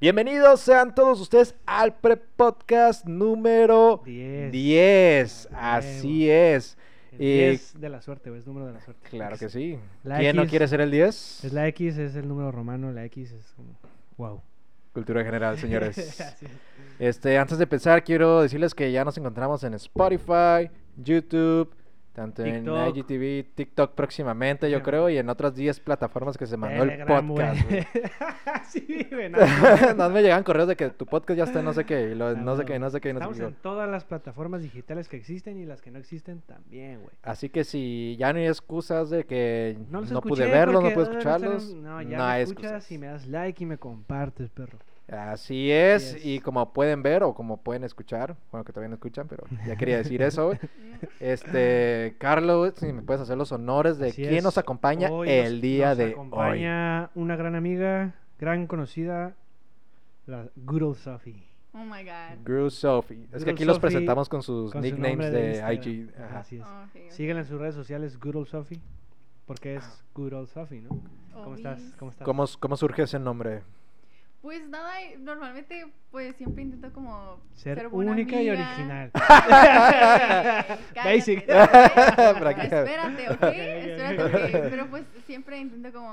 Bienvenidos sean todos ustedes al pre-podcast número 10. 10. Ah, Así es. El Y- 10 de la suerte, güey, es número de la suerte. Claro que X. sí. La ¿Quién no X. quiere ser el 10? Es la X, es el número romano, la X es como. ¡Wow! Cultura general, señores. Así es. Este, antes de empezar, quiero decirles que ya nos encontramos en Spotify, YouTube, tanto en TikTok. Em. IGTV, TikTok próximamente, yo Sí, creo, y en otras 10 plataformas que se mandó Telegram, el güey. podcast. güey. sí, güey, no, no, Nada más me llegan correos de que tu podcast ya está en no sé qué, y lo- Ah, no sé qué, no sé qué, y no sé Estamos qué. en todas las plataformas digitales que existen y las que no existen también, güey. Así que si ya no hay excusas de que No no, los pude escuché verlos, no porque, pude ah, no escucharlos, salieron- no, No, ya hay me excusas. escuchas y me das like y me compartes, perro. Así es, Así y es. como pueden ver o como pueden escuchar, bueno, que todavía no escuchan, pero ya quería decir eso, güey. Este, Carlos, si me puedes hacer los honores de Así quién es. nos acompaña Hoy nos- el día nos de hoy. acompaña una gran amiga, gran conocida, la Good Old Sophie. Oh my god. Gru Sophie. Es que Gru aquí los Sophie presentamos con sus con su nombre nicknames de, Instagram. IG. Ajá, ajá. Así es. Oh, ok, ok. Síguela en sus redes sociales, Good Old Sophie, porque es Good Old Sophie, ¿no? ¿Cómo estás? Obis. ¿Cómo estás? ¿Cómo, ¿Cómo surge ese nombre? Pues nada, eh, normalmente pues siempre intento como Ser, buena única y amiga. original. Cállate, Basic. cállate, Por aquí. Espérate, ok, Ok, ok, espérate, ok. ok. Pero pues siempre intento como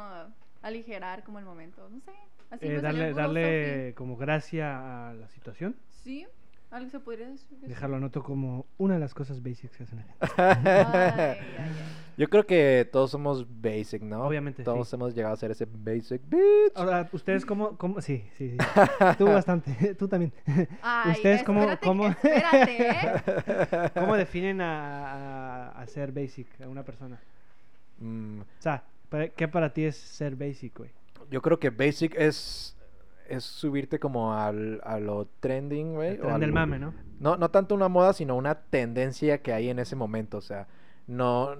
aligerar como el momento, no sé. Así Eh, me darle salió pues, Good Old darle como gracia a la situación. Sophie. Sí, algo se podría decir. que sí. Dejarlo anoto como una de las cosas basics que hacen la gente. Ay, ay, ay. Yo creo que todos somos basic, ¿no? Obviamente, Todos sí. hemos llegado a ser ese basic bitch. Ahora, ¿ustedes cómo, cómo? Sí, sí, sí. Tú bastante, tú también. Ay, ¿Ustedes cómo- espérate, cómo- Espérate, ¿eh? ¿Cómo definen a, a- a ser basic a una persona? Mm, O sea, para- ¿qué para ti es ser basic, güey? yo creo que basic es es subirte como al, a lo trending, güey. o El tren al- del mame, ¿no? No, no tanto una moda, sino una tendencia que hay en ese momento. O sea, no.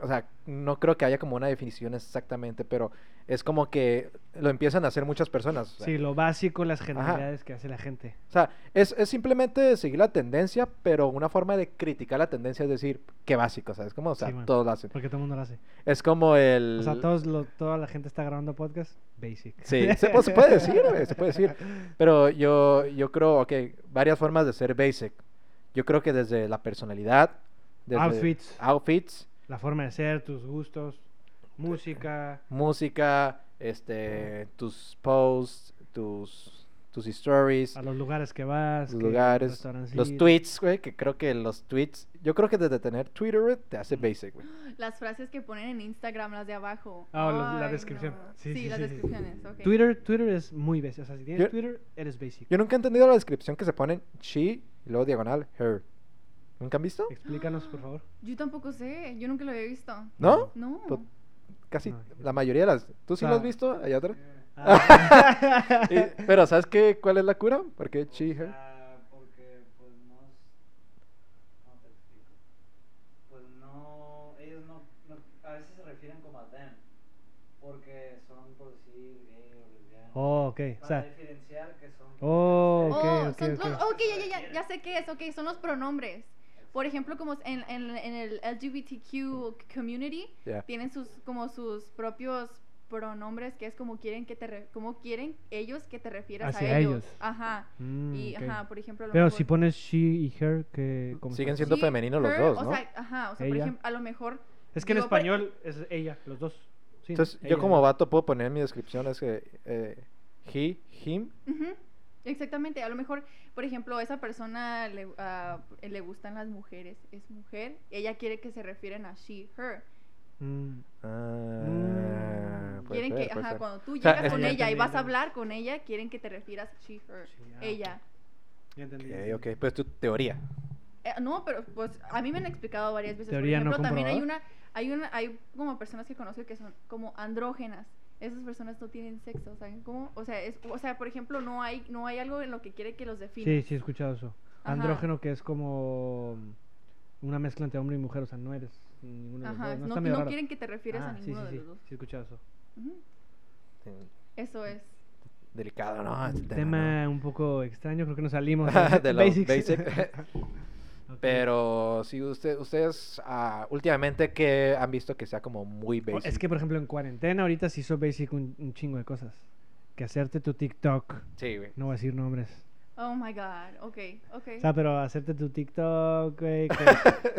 O sea, no creo que haya como una definición exactamente, pero es como que lo empiezan a hacer muchas personas. o sea, Sí, lo básico, las generalidades que hace la gente. O sea, es, es simplemente seguir la tendencia, pero una forma de criticar la tendencia es decir, qué básico, ¿sabes? Como, o sea, Sí, man. todos lo hacen. Porque todo el mundo lo hace. Es como el... O sea, todos lo- toda la gente está grabando podcast, basic. Sí, se, pues, se puede decir, güey, se puede decir. Pero yo, yo creo, ok, varias formas de ser basic. Yo creo que desde la personalidad, desde Outfits. outfits, La forma de ser, tus gustos, música. música, este, tus posts, tus, tus stories, A los lugares que vas, los que- lugares, restaurantes los ir. tweets, güey, que creo que los tweets, yo creo que desde tener Twitter güey, te hace basic, güey. Las frases que ponen en Instagram, las de abajo. Ah, los- la Ay, descripción. no. Sí, Sí, sí, las sí, sí. descripciones. ok. Twitter, Twitter es muy basic. O sea, si tienes Yo- Twitter, eres basic. Yo nunca he entendido la descripción que se ponen she y luego diagonal her. ¿Nunca han visto? Explícanos, por favor. Yo tampoco sé, yo nunca lo había visto. ¿No? No. Tú- Casi No, la mayoría de las. ¿Tú sí o lo has sea, visto allá atrás? Ah. Y- pero ¿sabes qué? ¿Cuál es la cura? Porque she O her. sea, Ah, porque pues no, s- no te explico. Pues no, ellos no, no- a veces se refieren como a them, porque son por decir gay o lesbiana. Oh, ok. para O sea, diferenciar que son. oh, ok, oh, ok, son ok. los- ok, ya, ya, ya, ya sé qué es, ok, son los pronombres. Por ejemplo, como en, en- en el LGBTQ community, Ya. tienen sus, como sus propios pronombres que es como quieren que te re- como quieren ellos que te refieras Hacia a ellos. ellos. Ajá. Mm, y ok. ajá, por ejemplo, a lo Pero mejor- si pones she y her, que Siguen siendo femeninos los dos, o ¿no? sea, ajá, o sea, por Ella. ejemplo, a lo mejor Es que en digo, por- español es ella, los dos. Sí, Entonces, ella, yo como ella. vato puedo poner en mi descripción es que eh, he, him. Ujú, Exactamente, a lo mejor, por ejemplo, a esa persona le, ah, le gustan las mujeres, es mujer, ella quiere que se refieren a she, her. Mm, Ah, Mm. puede quieren ser, que, puede ajá, ser. cuando tú O sea, llegas es- con Ya ella y entendí, vas ya a entendí. hablar con ella, quieren que te refieras she, her, Sí, ah, ella. ya entendí, ya Ok, entendí. ok, pues tu teoría. Eh, no, pero pues a mí me han explicado varias veces. Teoría no Por ejemplo, también hay comprobada. una, hay una, hay como personas que conozco que son como andrógenas. Esas personas no tienen sexo, ¿saben cómo? O sea, es, o sea, por ejemplo, no hay, no hay algo en lo que quiere que los defina. Sí, sí, he escuchado eso. Ajá. Andrógeno que es como una mezcla entre hombre y mujer, o sea, no eres ninguno de los Ajá, dos. No, no, está medio no raro. quieren que te refieras a Ah, sí, ninguno sí, de sí, los dos. sí, he escuchado eso. Ujú, Mm, Eso es. Delicado, ¿no? Este Tema un poco extraño, creo que nos salimos ¿no? de los los basics. basic. Ok. Pero si usted, ustedes ah, últimamente que han visto Oh, que sea como muy O- basic. Es que, por ejemplo, en cuarentena ahorita se hizo basic un, un chingo de cosas. que hacerte tu TikTok. Sí, güey. No voy a decir nombres. Oh my god, ok, ok. O sea, pero hacerte tu TikTok, güey, que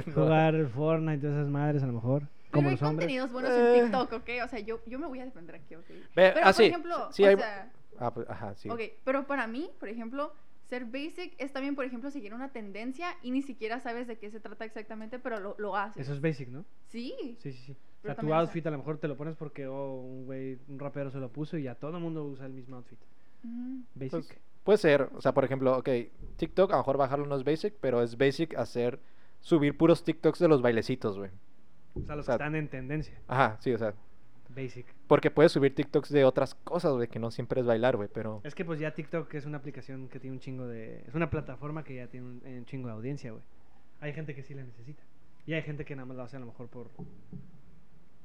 No. jugar Fortnite y todas esas madres a lo mejor. Pero Como hay los hombres. contenidos buenos Eh. en TikTok, ¿ok? O sea, yo, yo me voy a defender aquí, ¿ok? Ve- Pero, ah, por sí, ejemplo, sí, o hay- sea, Ah, pues, ajá, sí. ok, pero para mí, por ejemplo, ser basic es también, por ejemplo, seguir una tendencia y ni siquiera sabes de qué se trata exactamente, pero lo, lo haces. Eso es basic, ¿no? Sí, Sí, sí, sí. O sea, tu Pero también, o sea- outfit a lo mejor te lo pones porque oh, un güey, un rapero se lo puso y ya todo el mundo usa el mismo outfit. Mm, Basic. Pues, puede ser, o sea, por ejemplo, ok, TikTok a lo mejor bajarlo no es basic, pero es basic hacer, subir puros TikToks de los bailecitos, güey. o sea, o los sea- que están en tendencia. Ajá, sí, o sea, Basic. porque puedes subir TikToks de otras cosas, güey, que no siempre es bailar, güey, pero... Es que pues ya TikTok es una aplicación que tiene un chingo de... Es una plataforma que ya tiene un, eh, un chingo de audiencia, güey. Hay gente que sí la necesita. Y hay gente que nada más la hace a lo mejor por...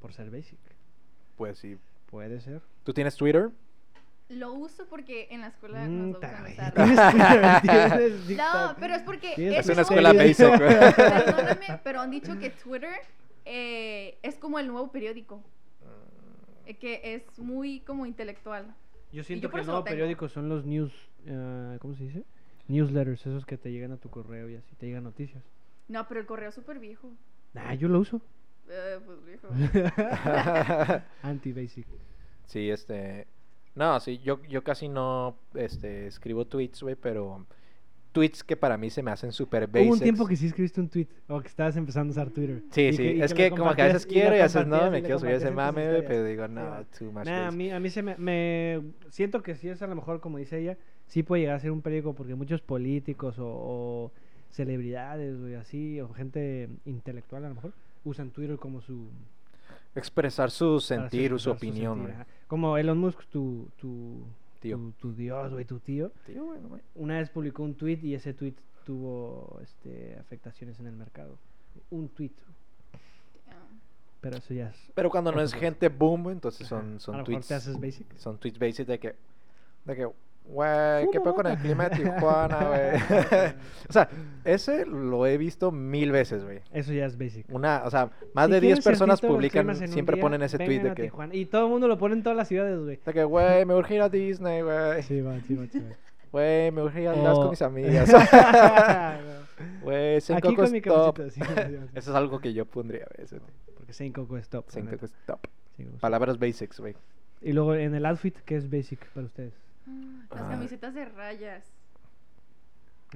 Por ser basic. Pues sí. Puede ser. ¿Tú tienes Twitter? Lo uso porque en la escuela Mm, nos lo usan usar. No, pero es porque Tienes es Es una no- escuela basic, güey. Perdóname, pero han dicho que Twitter eh, es como el nuevo periódico. Mm. eh, Que es muy como intelectual. Yo siento por que el eso nuevo lo tengo. periódico son los news... eh, ¿Cómo se dice? Newsletters, esos que te llegan a tu correo y así te llegan noticias. No, pero el correo es súper viejo. Ah, yo lo uso. Eh, pues viejo. Anti-basic. sí, este... No, sí, yo, yo casi no este, escribo tweets, güey, pero... Tweets que para mí se me hacen súper basic. Hubo un tiempo que sí escribiste un tweet o que estabas empezando a usar Twitter. Sí, y sí, y es lo que como que a veces compartías- y lo quiero y a veces no, compartías y me lo quiero subir ese compartías en tus mame, güey, pero historias. digo, Sí, no, va. too much. Nah, a basic. mí, a mí se me, me- Siento que sí es a lo mejor, como dice ella, sí puede llegar a ser un periódico porque muchos políticos o, o celebridades o así, o gente intelectual a lo mejor, usan Twitter como su... Expresar su para sentir, su expresar opinión, güey. sentir, ajá. Como Elon Musk, tu... tu Tío. Tu, tu dios, güey, tu tío. Tío, güey, no mames. Una vez publicó un tweet y ese tweet tuvo este, afectaciones en el mercado. Un tweet, Damn. pero eso ya es... Pero cuando no Eso es es. gente boom, güey, entonces Ajá. son, a son lo mejor tweets. te haces basic. Son tweets basic de que. De que, güey, ¿qué Fumo pedo con el mota. clima de Tijuana, güey? o sea, ese lo he visto mil veces, güey. Eso ya es basic. Una, o sea, más Si de 10 quieren sentir personas todos los publican, climas en un siempre día, ponen ese tweet vengan de a que, Tijuana. Y todo el mundo lo pone en todas las ciudades, güey. de que, güey, me urge ir a Disney, güey. Sí, va, sí, va, sí, va. Güey, me urge ir a andar O- con mis amigas. Güey, Senkoku Aquí con mi Stop. cabecita, sí, sí, sí, sí. Eso es algo que yo pondría a veces. güey. Porque Senkoku es top. la Senkoku neta. Stop. Senkoku es top. Palabras basics, güey. Y luego en el outfit, que es basic para ustedes. Las Ah. camisetas de rayas.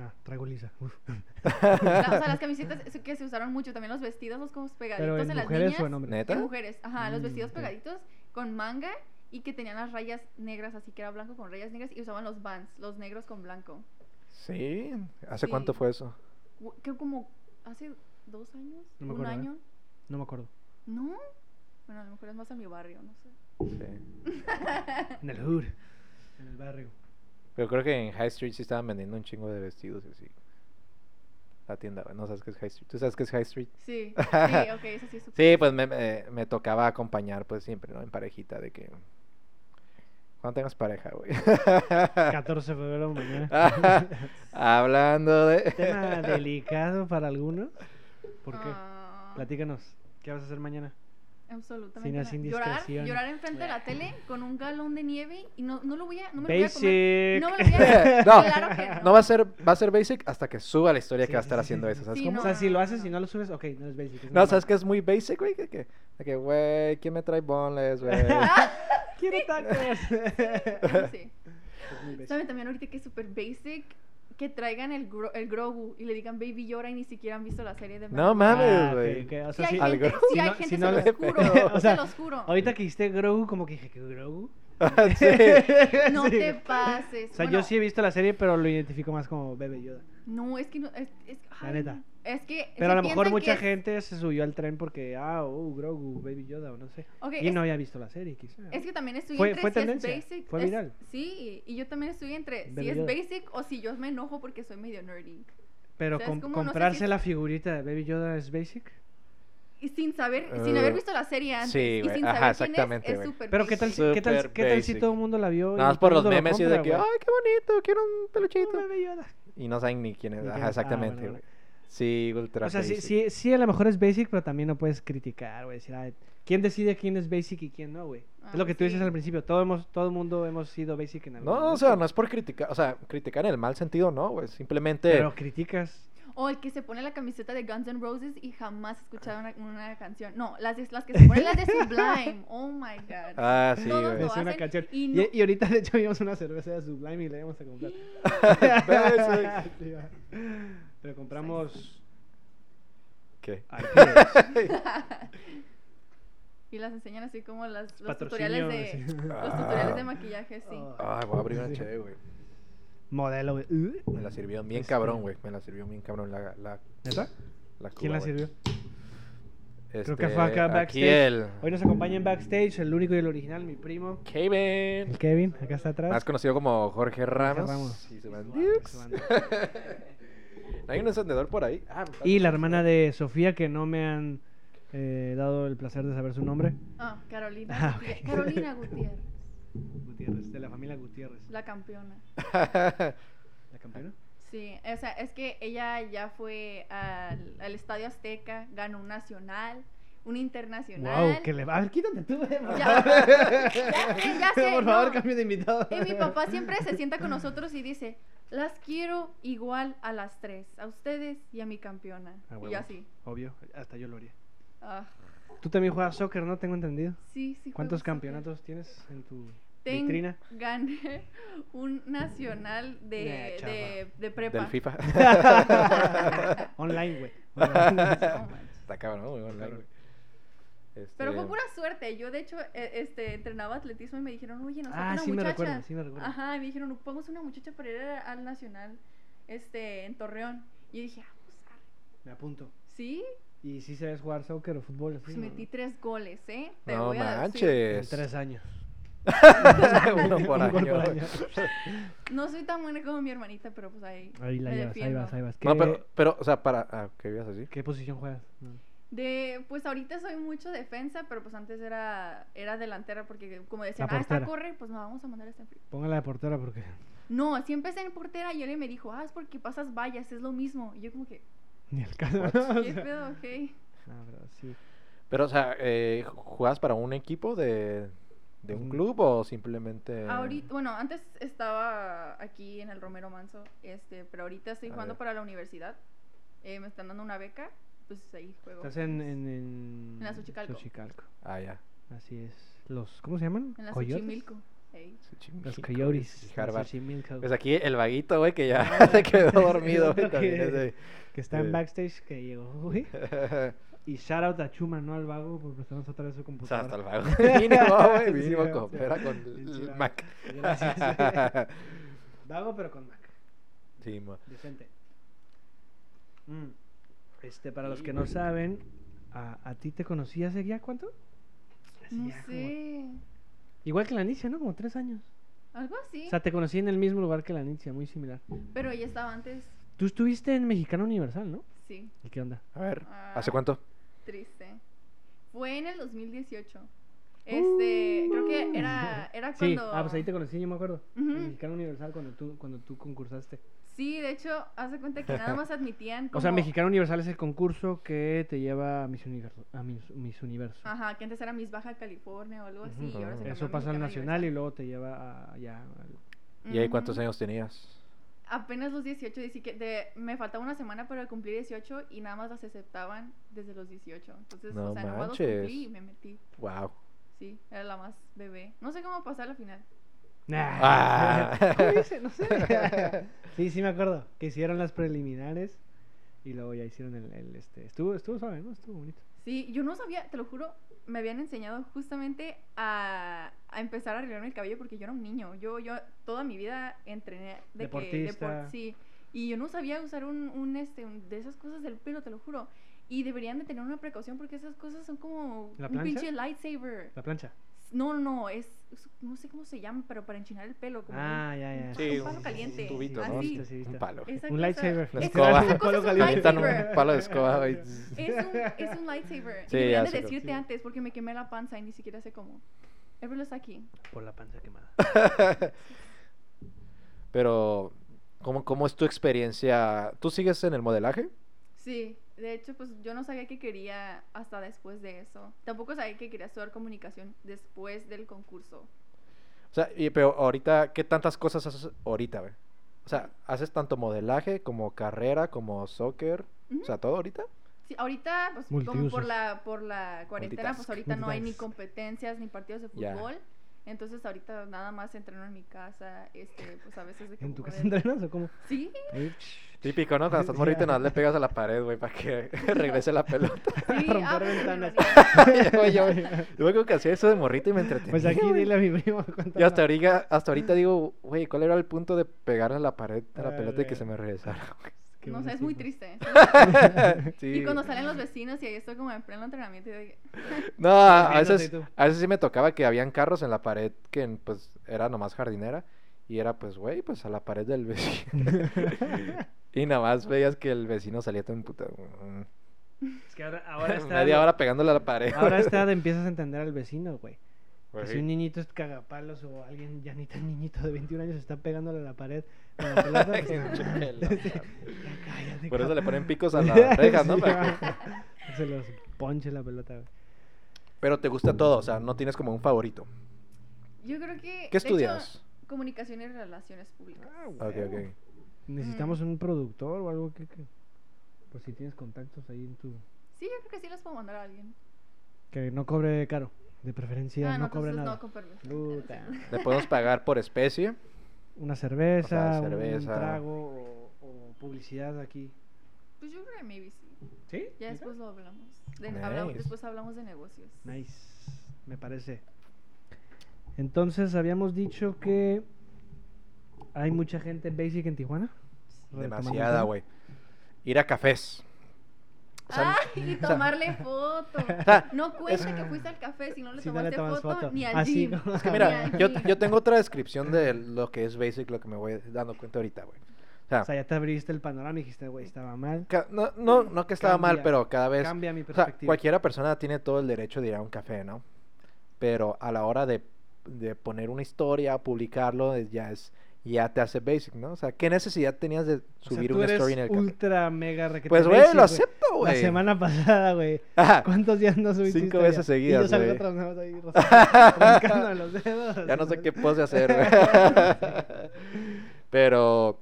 Ah, traigo lisa. uf. La- o sea, las camisetas es- que se usaron mucho. También los vestidos, los como pegaditos Pero en de las mujeres niñas. o en hombres. ¿Neta? En mujeres. Ajá, los Mm, vestidos ok. pegaditos con manga y que tenían las rayas negras, así que era blanco con rayas negras y usaban los vans, los negros con blanco. Sí. ¿Hace Sí. cuánto fue eso? Gu- Creo como hace dos años, No me un acuerdo, ¿eh? año. No me acuerdo. No. Bueno, a lo mejor es más a mi barrio, no sé. Sí. En el hood. En el barrio. Pero creo que en High Street sí estaban vendiendo un chingo de vestidos y así. La tienda, güey. No sabes qué es High Street. ¿Tú sabes qué es High Street? Sí, sí, ok, eso sí es súper- Sí, pues me, me- me tocaba acompañar, pues siempre, ¿no? En parejita, de que. Cuando tengas pareja, güey. 14 de febrero mañana. Ah, Hablando Tema de. delicado para algunos. ¿Por qué? Ah, Platícanos. ¿Qué vas a hacer mañana? absolutamente. Sin- sin nada. llorar, discreción. llorar enfrente de la tele con un galón de nieve y no, no lo voy a, no me lo voy a Basic. comer. No me lo voy a No. claro que no. No va a ser, va a ser basic hasta que suba la historia Sí, que va a sí, estar sí, haciendo sí, eso. sí. ¿Sabes Sí, cómo? O sea, si lo no, haces no. y no lo subes, ok, no es basic. es No, normal. ¿sabes qué es muy basic, güey? De que, de que, güey, ¿quién me trae boneless, güey? Quiero tacos. Eso sí. Es muy basic. Saben también ahorita que es súper basic que traigan el, Gro- el Grogu y le digan Baby Llora y ni siquiera han visto la serie de No Black mames. Ah, ok, güey. ok, o Sí sea, hay sí- al gente, Grogu. sí Si hay no- gente, si se no los le juro, pego. O se sea, los juro. ahorita que dijiste Grogu, como que dije, ¿qué Grogu? sí. No Sí. te pases. O sea, Bueno, yo sí he visto la serie, pero lo identifico más como Bebe Yoda. No, es que no, es, es, La ay, neta. Es que Pero a se lo mejor piensan mucha que- gente se subió al tren porque, ah, oh, Grogu, Baby Yoda, o no sé. Ok, y es- no había visto la serie, quizá. Es que también estoy Fue- entre fue si es tendencia, basic, fue es- viral. sí, y yo también estoy entre si Baby es Yoda. basic o si yo me enojo porque soy medio nerdy. pero o sea, es com- como, no sé si comprarse es- la figurita de Baby Yoda es basic. Y sin saber, sin haber Eh, visto la serie antes sí, y güey, sin ajá, saber exactamente, quién es, güey. es súper Pero ¿qué tal, si- ¿qué tal, Súper qué tal si basic. todo el mundo la vio? y Nada más todo por el los mundo lo memes y de compra, que, güey? ay, qué bonito, quiero un peluchito. Oh, Baby Yoda. Y no saben ni quién es. Ni quién Ajá, es. Ah, bueno, exactamente, bueno. güey. Sí, ultra O sea, sí, basic. sí, sí, a lo mejor es basic, pero también no puedes criticar, güey. Decir, "Ay, ¿Quién decide quién es basic y quién no, güey? es lo Ah, que tú dices sí. al principio. Todo, hemos, todo el mundo hemos sido basic en algún No, o momento, sea, no güey. es por criticar, o sea, criticar en el mal sentido, no, güey. Simplemente. Pero criticas. O el que se pone la camiseta de Guns N' Roses y jamás escucharon una, una canción. No, las, de- las que se ponen las de Sublime. Oh my god. Ah, sí, Todos güey. lo Es una hacen canción. y Y, no- y ahorita, de hecho, vimos una cerveza de Sublime y la íbamos a comprar. Basic. Sí, va. Pero compramos. ¿Qué? IPAs, Y las enseñan así como las, los tutoriales Patrocinio. de sí. Ah. los tutoriales Ah. de maquillaje, sí. Ay, voy a abrir una Sí. chévere, güey. Modelo, güey. Uh, Me la sirvió bien Este- cabrón, güey. Me la sirvió bien cabrón la, la, ¿Neta? la ¿Quién cuba, la güey. sirvió? Creo que Este, fue acá aquí backstage. el Hoy nos acompaña en backstage el único y el original, mi primo. Kevin. El Kevin, acá está atrás. Más conocido como Jorge Ramos. Ramos. Y su band Su Dukes. banda. Hay un encendedor por ahí. Ah, me falta Y la un hermana encendedor. de Sofía, que no me han eh, dado el placer de saber su nombre. Ah, Carolina. Ah, Gutiérrez. ok. Carolina Gutiérrez, Gutiérrez, de la familia Gutiérrez. la campeona. ¿La campeona? Sí, o sea, es que ella ya fue al, al Estadio Azteca, ganó un nacional, un internacional. Wow, que le va. A ver, quítate tú, de Ya, ya sé, ya sé, Por favor, no. cambio de invitado. Ah, Y mi papá siempre se sienta con nosotros y dice, las quiero igual a las tres, a ustedes y a mi campeona. Ah, Y huevo. yo así. Obvio, hasta yo lo haría. ah, Tú también juegas soccer, ¿no? Tengo entendido. sí, sí. juego ¿Cuántos soccer. campeonatos tienes en tu Ten- vitrina? Gané un nacional de, Nah, chafa. de, de prepa. Del FIFA. Online, güey. No manches. Está cabrón, güey. online, Cabrón. güey. Pero fue Este, pura suerte. Yo, de hecho, e- este, entrenaba atletismo y me dijeron, oye, nos falta Ah, una sí me muchacha. recuerdo, sí me recuerdo. Ajá, y me dijeron, pongamos una muchacha para ir a- al nacional este, en Torreón. Y yo dije, ah, pues, arre". Me apunto. ¿sí? ¿Y si sabes jugar soccer o fútbol? así, Pues no? metí tres goles, ¿eh? Te No voy a decir. En manches. tres años. Uno por Un gol año. por año. No soy tan buena como mi hermanita, pero pues ahí. Ahí la llevas, me ahí defiendo. vas, ahí vas. ¿Qué, No, pero, pero, o sea, para. Ah, ¿Qué ibas a decir? ¿qué posición juegas? No. De, pues ahorita soy mucho defensa, pero pues antes era, era delantera porque como decían, La ah, esta portera. corre, pues no, vamos a mandar a esta en frío. Póngala de portera porque. No, siempre es en portera y él me dijo, ah, es porque pasas vallas, es lo mismo. Y yo como que, Ni el caso. What? ¿no? O ¿qué sea, pedo? Ok. no, pero sí. Pero, o sea, eh, ¿jugabas para un equipo de, de un Mm. club o simplemente. Ahorita, bueno, antes estaba aquí en el Romero Manso, este, pero ahorita estoy A jugando ver. para la universidad. Eh, me están dando una beca, pues ahí juego. Estás en. En, en... En la Xochicalco. Xochicalco. Ah, ya. Así es. Los, ¿Cómo se llaman? En la ¿Coyotes? Xochimilco. ey. Los Xochimilco, coyotes. sí, en Harvard. Xochimilco. Pues aquí el vaguito, güey, que ya se quedó dormido. güey, Otro también que- es de- Que está en Eh. backstage, que llegó, güey. Y shout out a Chuma, no al vago, por prestarnos otra vez su O sea, computadora. hasta el vago. Mínimo, Sí, güey, mínimo güey, o sea, coopera con bien el chido. Mac. Gracias. Vago, pero con Mac. Sí, mo. Decente. Mm. Este, para los que no saben, a, a ti te conocí hace ya cuánto? Hace No ya como- sé, Igual que la Anicia, ¿no? Como tres años. algo así. O sea, te conocí en el mismo lugar que la Anicia, muy similar. Pero ella estaba antes, Tú estuviste en Mexicano Universal, ¿no? sí, ¿Y qué onda? A ver, ¿hace Ah. cuánto? triste. Fue en el 2018. Este, creo que era, era Sí, cuando... ah, pues ahí te conocí, yo me acuerdo. En Ujú. Mexicano Universal cuando tú, cuando tú concursaste. Sí, de hecho, hace cuenta que nada más admitían como... O sea, Mexicano Universal es el concurso que te lleva a Miss Universo. A Miss, Miss Universo. Ajá, que antes era Miss Baja California o algo así. Ujú. y ahora se Eso cambió a pasa al Mexicana nacional y Universal. luego te lleva a, allá. al- ¿Y ahí cuántos mm. Ujú. años tenías? Apenas los 18, dice que de- me faltaba una semana para cumplir 18 y nada más las aceptaban desde los 18. Entonces, No o sea, nomás los manches. cumplí y me metí. Wow. Sí, era la más bebé. No sé cómo pasar la final. Nah, Ah. ¿Cómo dice? No sé. sí, sí me acuerdo. Que hicieron las preliminares y luego ya hicieron el, el, este. Estuvo, estuvo suave, ¿no? Estuvo bonito. Sí, yo no sabía, te lo juro, me habían enseñado justamente a, a empezar a arreglarme el cabello porque yo era un niño. Yo, yo toda mi vida entrené de que Deportista. depor- sí. Y yo no sabía usar un, un, este, un- de esas cosas del pelo, te lo juro. Y deberían de tener una precaución porque esas cosas son como ¿La un plancha? pinche lightsaber. La plancha. No, no, no, es, es- no sé cómo se llama, pero para enchinar el pelo. Como Ah, un- ya, ya. un- Sí, un palo un- caliente. un tubito, Sí, ¿no? así. viste, sí, viste. Un palo. güey. Esa Un cosa- lightsaber. La esa- escoba. esa cosa es un Calientan un lightsaber. palo de escoba, güey. Es un, es un lightsaber. Sí, y ya deberían de sé cómo- decirte sí. antes porque me quemé la panza y ni siquiera sé cómo. El pelo está aquí. Por la panza quemada. Pero, ¿cómo, ¿cómo es tu experiencia? ¿Tú sigues en el modelaje? Sí, de hecho, pues yo no sabía que quería hasta después de eso. Tampoco sabía que quería estudiar comunicación después del concurso. O sea, y, pero ahorita, ¿qué tantas cosas haces ahorita, güey? O sea, ¿haces tanto modelaje como carrera, como soccer? O sea, ¿todo ahorita? Sí, ahorita, pues como por Multiusos. la, por la cuarentena, pues Multitask. ahorita no hay ni Multitask. competencias ni partidos de Ya. fútbol. Entonces ahorita nada más entreno en mi casa, este, pues a veces de que ¿En me tu puedo casa ver- entrenas o cómo? Sí, Ahí, Típico, ¿no? Cuando estás morrito, nada más le pegas a la pared, güey, para que regrese la pelota. sí, romper ah, pues, ventanas. imagínate. Güey, yo, yo me acuerdo que hacía eso de morrito y me entretenía. Pues aquí güey. dile a mi primo. cuánto Yo hasta la- ahorita, hasta ahorita digo, güey, ¿cuál era el punto de pegar a la pared, a la Ah, pelota y que güey. se me regresara? güey? Qué No buenos sé, es muy tiempos. triste. Sí. Y cuando salen los vecinos y ahí estoy como en pleno entrenamiento y de que- No, a Riéndote veces, y tú. a veces sí me tocaba que habían carros en la pared que pues era nomás jardinera y era pues, güey, pues a la pared del vecino. y nada más veías que el vecino salía tan puta. mm, Es que ahora, ahora está. Media hora pegándole a la pared. Ahora está, de- empiezas a entender al vecino, güey. Güey, Que Si un niñito es cagapalos o alguien ya ni tan niñito de 21 años está pegándole a la pared con la pelota, pues, no, Pinche mames. pelota. Sí, ya cállate, Por eso le cabrón. ponen picos a las rejas, ¿no? Sí, Para que- ah, Se los ponche la pelota, güey. Pero te gusta todo, o sea, no tienes como un favorito. Yo creo que... ¿Qué de hecho, estudias? comunicación y relaciones públicas. Ah, Ok, ok. Necesitamos un productor o algo que, que- Por si tienes contactos ahí en tu. Sí, yo creo que sí los puedo mandar a alguien. Que no cobre caro. De preferencia, ah, no, no, cobre entonces nada. no, con permiso. Puta. Le podemos pagar por especie. Una cerveza, O sea, cerveza. un trago o, o publicidad aquí. Pues yo creo que maybe sí. ¿Sí? Ya ¿Neta? después lo hablamos. De- hablamos- Nice. Después hablamos de negocios. Nice, me parece. Entonces, habíamos dicho que hay mucha gente basic en Tijuana. Retomando el Demasiada, tema. güey. Ir a cafés. O Ah, sea, Ay, y tomarle foto. sea, No cuenta que fuiste al café si no le Si no tomaste le tomas foto, foto. ni al Así gym. como- Es Es que Ah, mira, Ni al yo, gym. yo tengo otra descripción de lo que es basic, lo que me voy dando cuenta ahorita, güey. O sea, O sea, ya te abriste el panorama y dijiste, güey, estaba mal. ca- no, no, no que estaba mal, Cambia- pero cada vez... Cambia mi O sea, perspectiva. cualquiera persona tiene todo el derecho de ir a un café, ¿no? Pero a la hora de, de poner una historia, publicarlo, es- ya es ya te hace basic, ¿no? O sea, ¿qué necesidad tenías de O sea, subir tú una eres story en el café? ultra mega requete Pues, güey, basic, lo acepto, güey. Ah, La semana pasada, güey. Ajá, ¿Cuántos días no subiste Cinco historia? veces Y yo seguidas, salgo güey. atrás, nada más ahí rozando- roncándome los dedos. ya no sé qué p... pose hacer, güey. Pero,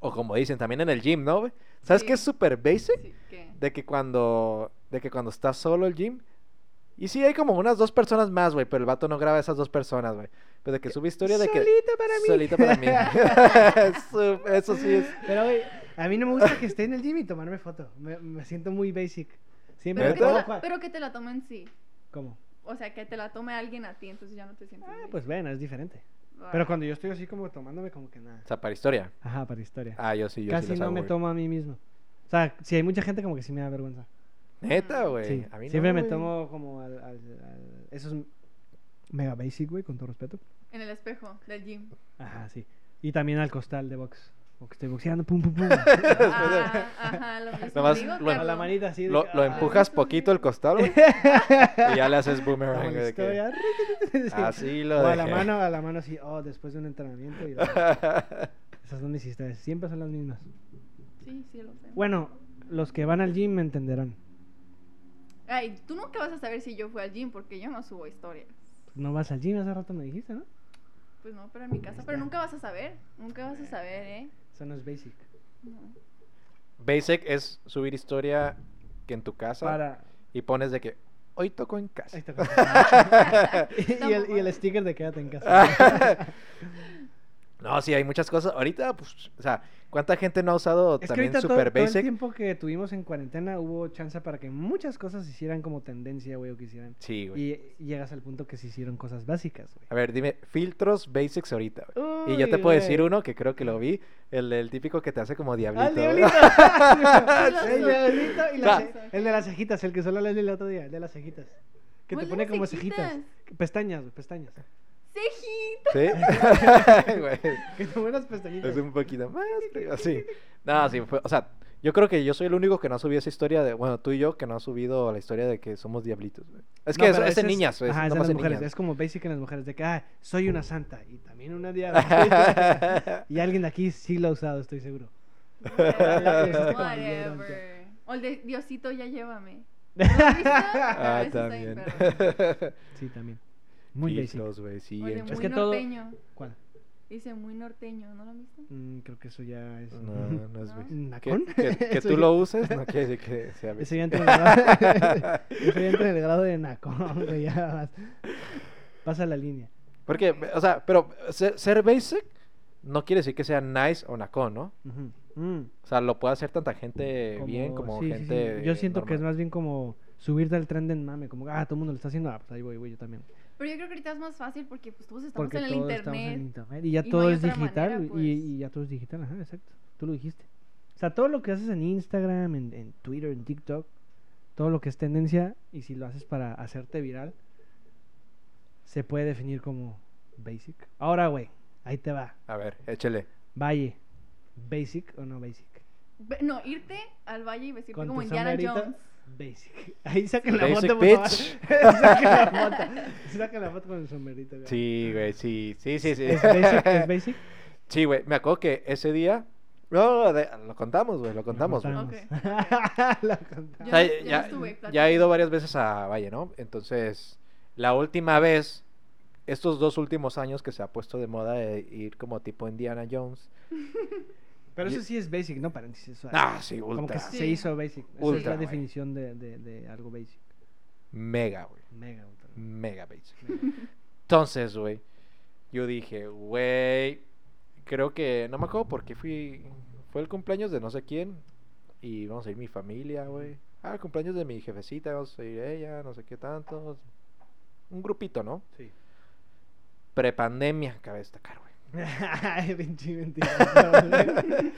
o como dicen, también en el gym, ¿no? güey? ¿Sabes Sí. qué es súper basic? Sí, ¿qué? de que cuando de que cuando estás solo el gym y sí hay como unas dos personas más güey pero el vato no graba a esas dos personas güey pero de que sube historia de que Solito para mí. solito para mí Eso- eso sí es Pero, güey, a mí no me gusta que esté en el gym y tomarme foto. Me, me siento muy basic. Siempre me Pero, que te ¿Neta? tomo la- cua- pero que te la tomen sí. ¿Cómo? O sea, que te la tome alguien a ti, entonces ya no te sientes. Ah, bien. pues bueno, es diferente. Ah. Pero cuando yo estoy así como tomándome como que nada. o sea para historia Ajá, para historia. ah yo sí yo sí Casi las no hago, me güey. tomo a mí mismo. O sea, si hay mucha gente como que sí me da vergüenza. neta güey Sí. a mí no, Siempre me güey. tomo como al, al- al- Eso es mega basic, güey, con todo respeto. En el espejo del gym. Ajá, sí. Y también al costal de box. O que estoy boxeando, pum, pum, pum. Ah, ajá, lo mismo. Nomás digo, lo- Carlos. a la manita así. de lo, que, lo ah, empujas poquito el costal güey, y ya le haces como boomerang la güey, de que- Ah, historia. Sí. así lo O a la dejé. mano, a la mano así, oh, después de un entrenamiento. y la- Esas son mis historias, siempre son las mismas. Sí, sí, lo sé. Bueno, los que van al gym me entenderán. Ay, tú nunca vas a saber si yo fui al gym porque yo no subo historias. No vas al gym, hace rato me dijiste, ¿no? Pues no, pero en mi casa. Pero nunca vas a saber. Nunca vas a saber, ¿eh? Eso no es basic. No. basic es subir historia que en tu casa Para... y pones de que hoy toco en casa Ahí está. y, el, y el sticker de quédate en Ah, casa. No, sí, hay muchas cosas. Ahorita, pues, o sea, ¿cuánta gente no ha usado es que también ahorita todo, Super todo el Basic? tiempo que tuvimos en cuarentena hubo chance para que muchas cosas se hicieran como tendencia, güey, o que hicieran. Sí, güey. Y y llegas al punto que se hicieron cosas básicas, güey. A ver, dime, filtros Basics ahorita, güey. Y yo te Uy, puedo decir güey. uno que creo que lo vi, el, el típico que te hace como diablito. ¡Ah, el güey. diablito! Sí, el lo diablito y O la sea- ce- el de las cejitas, el que solo le el otro día, el de las cejitas. Que te ¿Cuál de pone las como cejitas. cejitas? Que- Pestañas, güey, pestañas. ¡Cejita! ¿Sí? Güey, Que te ponen las pestañitas. Es un poquito más, pero así. No, sí, fue, o sea, yo creo que yo soy el único que no ha subido esa historia de, bueno, tú y yo, que no ha subido la historia de que somos diablitos, güey. Es No, que eso pero es, ese en niñas, güey. Ajá, es es de nomás las en mujeres. niñas. Es como basic en las mujeres, de que, ah, soy una santa y también una diabla. y alguien de aquí sí lo ha usado, estoy seguro. Whatever. Whatever. O el de Diosito, ya llévame. ¿Lo has visto? Ah, Ese está bien también. perro. Sí, también. Muy Sí, basic. los, güey, sí, O el de en muy Es que todo- norteño. ¿Cuál? Dice muy norteño, ¿no lo han visto? Mm, creo que eso ya es. No, no es ¿No? basic. Que, ¿Nacón? que- que Eso tú ya- lo uses no quiere decir que sea Eso basic. ya entra en el grado, eso ya entra en el grado de nacón, güey, ya vas- Pasa la línea. Porque, o sea, pero ser, ser basic no quiere decir que sea nice o nacón, ¿no? Ujú. Mm, O sea, lo puede hacer tanta gente Eh, bien como sí, sí, sí. gente. eh, Yo siento que es normal. más bien como subirte al tren del mame, como, ah, todo el mundo lo está haciendo, ah, pues ahí voy, güey, yo también. Pero yo creo que ahorita es más fácil porque pues todos estamos Porque en el todos estamos en el internet. internet y ya y no todo hay es otra digital manera, y- pues. y, ya todo es digital, ajá, exacto. Tú lo dijiste. O sea, todo lo que haces en Instagram, en, en Twitter, en TikTok, todo lo que es tendencia y si lo haces para hacerte viral, se puede definir como basic. Ahora, güey, ahí te va. A ver, échele. Valle, basic o no basic. Ve- No, irte al valle y vestirte Con como tu Indiana samarita, Jones. Basic. Ahí saquen la Basic foto, por favor. bitch. saquen la foto. Saquen la foto con el sombrerito. güey. Sí, güey, sí, sí, sí, sí. ¿Es basic? ¿Es basic? Sí, güey, me acuerdo que ese día. No, no, de- lo contamos, güey, lo contamos, güey. contamos. Lo contamos. O sea, Yo no- yo no ya, estuve, ya platica. he ido varias veces a Valle, ¿no? Entonces, la última vez, estos dos últimos años que se ha puesto de moda de ir como tipo Indiana Jones. Pero eso Yo- sí es basic, ¿no? Paréntesis. eso- Ah, sí, como que ultra. se Sí. hizo basic. Esa es Ultra, la güey. definición de, de, de algo basic. Mega, güey. Mega ultra. Mega basic. Entonces, güey, yo dije, güey, creo que no me acuerdo por qué fui. Fue el cumpleaños de no sé quién. Y vamos a ir mi familia, güey. Ah, el cumpleaños de mi jefecita, vamos a ir ella, no sé qué tantos. Un grupito, ¿no? Sí. Prepandemia, cabe destacar, güey. Ay, pinche mentira.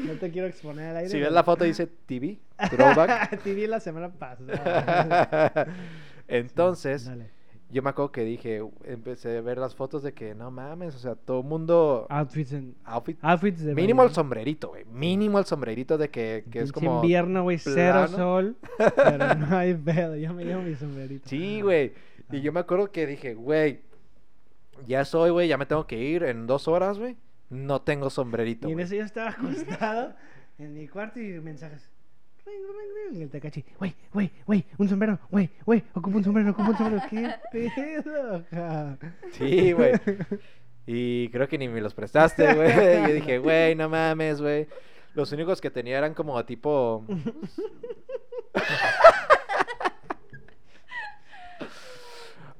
No te quiero exponer al aire. Si pero- ves la foto dice TV, throwback. Te vi la semana pasada. Entonces, Dale. yo me acuerdo que dije, empecé a ver las fotos de que no mames, o sea, todo el mundo Outfits en. outfit Outfits de. Mínimo el baile, sombrerito, güey. Mínimo el sombrerito de que, ¿no? que es Pinche como. invierno, güey, cero plano. sol. Pero no hay pedo. Yo me llevo mi sombrerito. Sí, güey. Ah. Y yo me acuerdo que dije, güey, ya soy, güey, ya me tengo que ir en dos horas, güey. No tengo sombrerito. Y en güey. eso yo estaba acostado en mi cuarto y mensajes. Ring, ring, ring. Y el Takachi, güey, güey, güey, un sombrero, güey, güey, ocupo un sombrero, ocupo un sombrero. ¿Qué pedo, ja? Sí, güey. Y creo que ni me los prestaste, güey. Yo dije, güey, no mames, güey. Los únicos que tenía eran como tipo.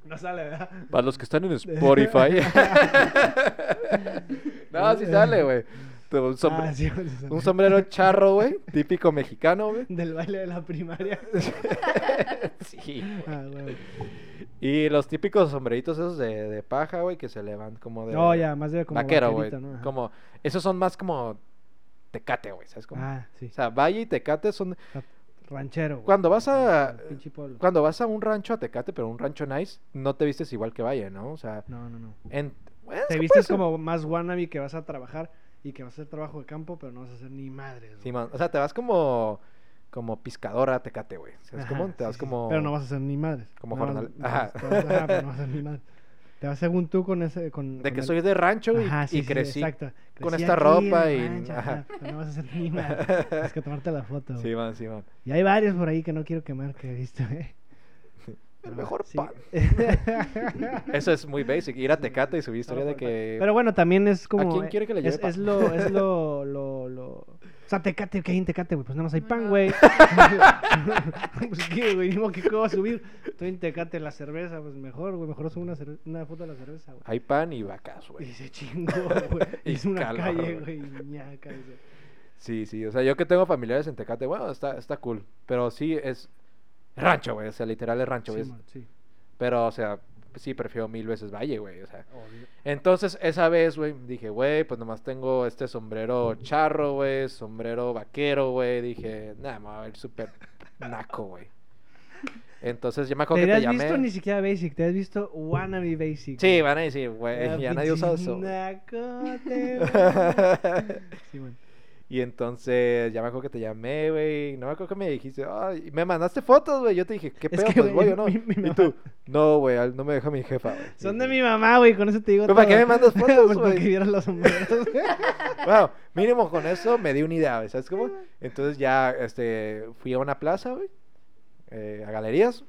No sale, ¿verdad? Para los que están en Spotify. no, sí sale, güey. Un, sombre- Ah, sí, un sombrero. un sombrero charro, güey. Típico mexicano, güey. Del baile de la primaria. sí. Ah, güey. Y los típicos sombreritos esos de, de paja, güey, que se le van como de. No, ya, más de como vaquero, güey. vaquerito, ¿no? Ajá. Como. Esos son más como. Tecate, güey, ¿sabes? Como, Ah, sí. O sea, Valle y Tecate son. Ranchero. güey. Cuando vas a. Al pinche pueblo. Cuando vas a un rancho a Tecate, pero un rancho nice, no te vistes igual que Valle, ¿no? O sea. No, no, no. En... bueno, es Te que puede vistes ser. como más wannabe que vas a trabajar y que vas a hacer trabajo de campo, pero no vas a hacer ni madres. güey. Simón, o sea, te vas como. Como pescadora a Tecate, güey. ¿Sabes Ajá, cómo? Te sí, vas sí, sí. como. Pero no vas a ser ni madres. como Nada más- jornal- nada más ajá. te vas- ajá, pero no vas a ser ni madres. Te vas según tú con ese. Con, De con que el- soy de rancho y, Ajá, sí, y sí, crecí. exacto. con Crecí esta aquí ropa en y- la rancha, ajá. ajá, pero no vas a ser ni madres. Tienes que tomarte la foto. güey. Sí, man, sí, man. Y hay varios por ahí que no quiero quemar que he visto, eh. El Pero mejor sí. pan. Eso es muy basic. Ir a Tecate y subir historia de que. Pero bueno, también es como. quién eh, quiere que le es- lleve pan? Es, lo. Es lo, lo, lo... O sea, tecate, que hay en tecate, güey. Pues nada más hay No, pan, no. güey. pues qué, güey. Ni modo que cómo va a subir. Estoy en tecate la cerveza, pues mejor, güey. Mejor subo una, cerve- una foto de la cerveza, güey. Hay pan y vacas, Y güey. se chingó, güey. Y es una calor, calle, güey. güey. y ñaca, dice. Sí, sí. O sea, yo que tengo familiares en Tecate, bueno, está, está cool. Pero sí es rancho, güey. O sea, literal es rancho, güey. Simón, sí. Pero, o sea, sí prefiero mil veces Valle, güey. O sea. Obvio. Entonces, esa vez, güey, dije, güey, pues nomás tengo este sombrero charro, güey. Sombrero vaquero, güey. Dije, nada, me va a ver súper naco, güey. Entonces, yo me acuerdo Te que te has llamé. visto ni siquiera Basic, te has visto Wannabe Sí, Basic. güey. van a decir, güey, Ah, ya nadie usa pinches eso. güey". nacote, güey. Sí, man. Y entonces ya me acuerdo que te llamé, güey. No me acuerdo que me dijiste, ay, me mandaste fotos, güey. Yo te dije, ¿qué Es pedo? que, pues güey, voy o no. mi- mi y mamá- tú, no, güey, al- no me deja mi jefa. güey". Son Y- de mi mamá, güey, con eso te digo Pero Pues, ¿para qué todo. me mandas fotos, Porque güey? vieras los sombreros, güey. Wow, mínimo con eso me di una idea, güey, ¿sabes cómo? Entonces ya este, fui a una plaza, güey, eh, a galerías,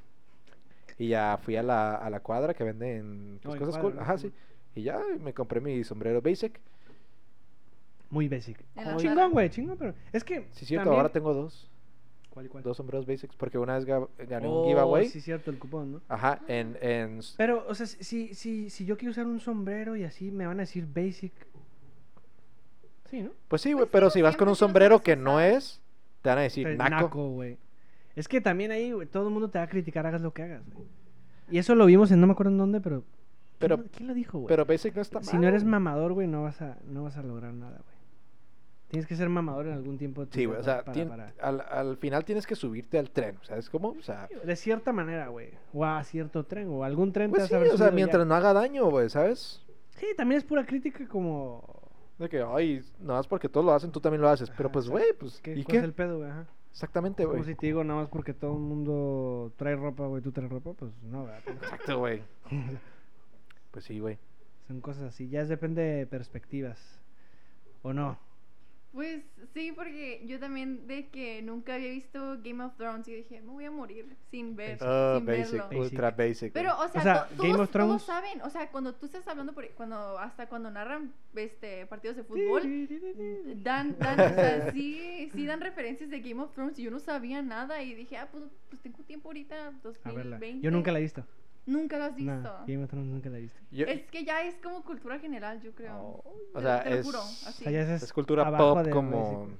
y ya fui a la, a la cuadra que venden pues, No, en cosas cuadra, cool. ¿no? Ajá, sí. Simón. Y ya y me compré mi sombrero basic. Muy basic. En la sala. Chingón, güey, chingón, pero es que Sí, cierto, también- ahora tengo dos. ¿Cuál, cuál? Dos sombreros basics, porque una vez ga- gané Oh, un giveaway. Sí, cierto, el cupón, ¿no? Ajá, en. en Pero, o sea, si, si, si yo quiero usar un sombrero y así, me van a decir basic. Sí, ¿no? pues sí, güey, Pues sí, pero pues si vas con siempre un tienes que sombrero que usar. no es, te van a decir Pero naco. güey. Es que también ahí, güey, todo el mundo te va a criticar, hagas lo que hagas, güey. Y eso lo vimos en no me acuerdo en dónde, pero. ¿quién Pero- lo- ¿Quién lo dijo, güey? Pero basic no está mal. si no eres mamador, güey, no vas a, no vas a lograr nada, güey. Tienes que ser mamador en algún tiempo. de tu Sí, vida güey, o pa- sea, para- tien- para- Al, al final tienes que subirte al tren, ¿sabes cómo? O sea, De cierta manera, güey. O a cierto tren, o a algún tren. ah. te Pues vas sí, a haber o sea, subido ya. mientras no haga daño, güey, ¿sabes? Sí, también es pura crítica como... De que, ay, nada más porque todos lo hacen, tú también lo haces. Pero Ajá, pues, exacto. güey, pues, ¿Qué, ¿y cuál qué? es el pedo, güey? Ajá. Exactamente, Como güey. si te digo, nada más porque todo el mundo trae ropa, güey, tú traes ropa, pues no, ¿verdad? Exacto, güey. pues sí, güey. Son cosas así, ya es depende de perspectivas. ¿O no? Pues sí, porque yo también de que nunca había visto Game of Thrones y dije, me voy a morir sin ver, Ah, sin basic, verlo. ultra basic. güey. Pero, o sea, sea, to- Game todos, of Thrones- todos saben, o sea, cuando tú estás hablando, por, e, cuando hasta cuando narran este partidos de fútbol, dan, dan, o sea, sí, sí dan referencias de Game of Thrones y yo no sabía nada y dije, ah, pues, pues tengo tiempo ahorita, A verla. 2020. Yo nunca la he visto. Nunca lo has visto. No, Game of Thrones nunca la he visto. Yo- Es que ya es como cultura general, yo creo. Oh, Te- o sea, te lo es, juro, O así. sea, ya es, es cultura abajo pop de como basic.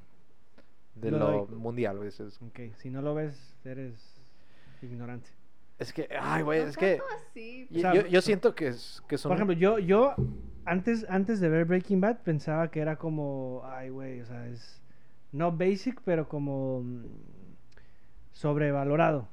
de Lo lo doy. mundial, güey. Es, Ok, si no lo ves, eres ignorante. es que, ay, güey, No es que... tanto así, y- sea, yo, yo siento que, es, que son... Por ejemplo, yo, yo antes, antes de ver Breaking Bad pensaba que era como, ay, güey, o sea, es no basic, pero como mm, sobrevalorado.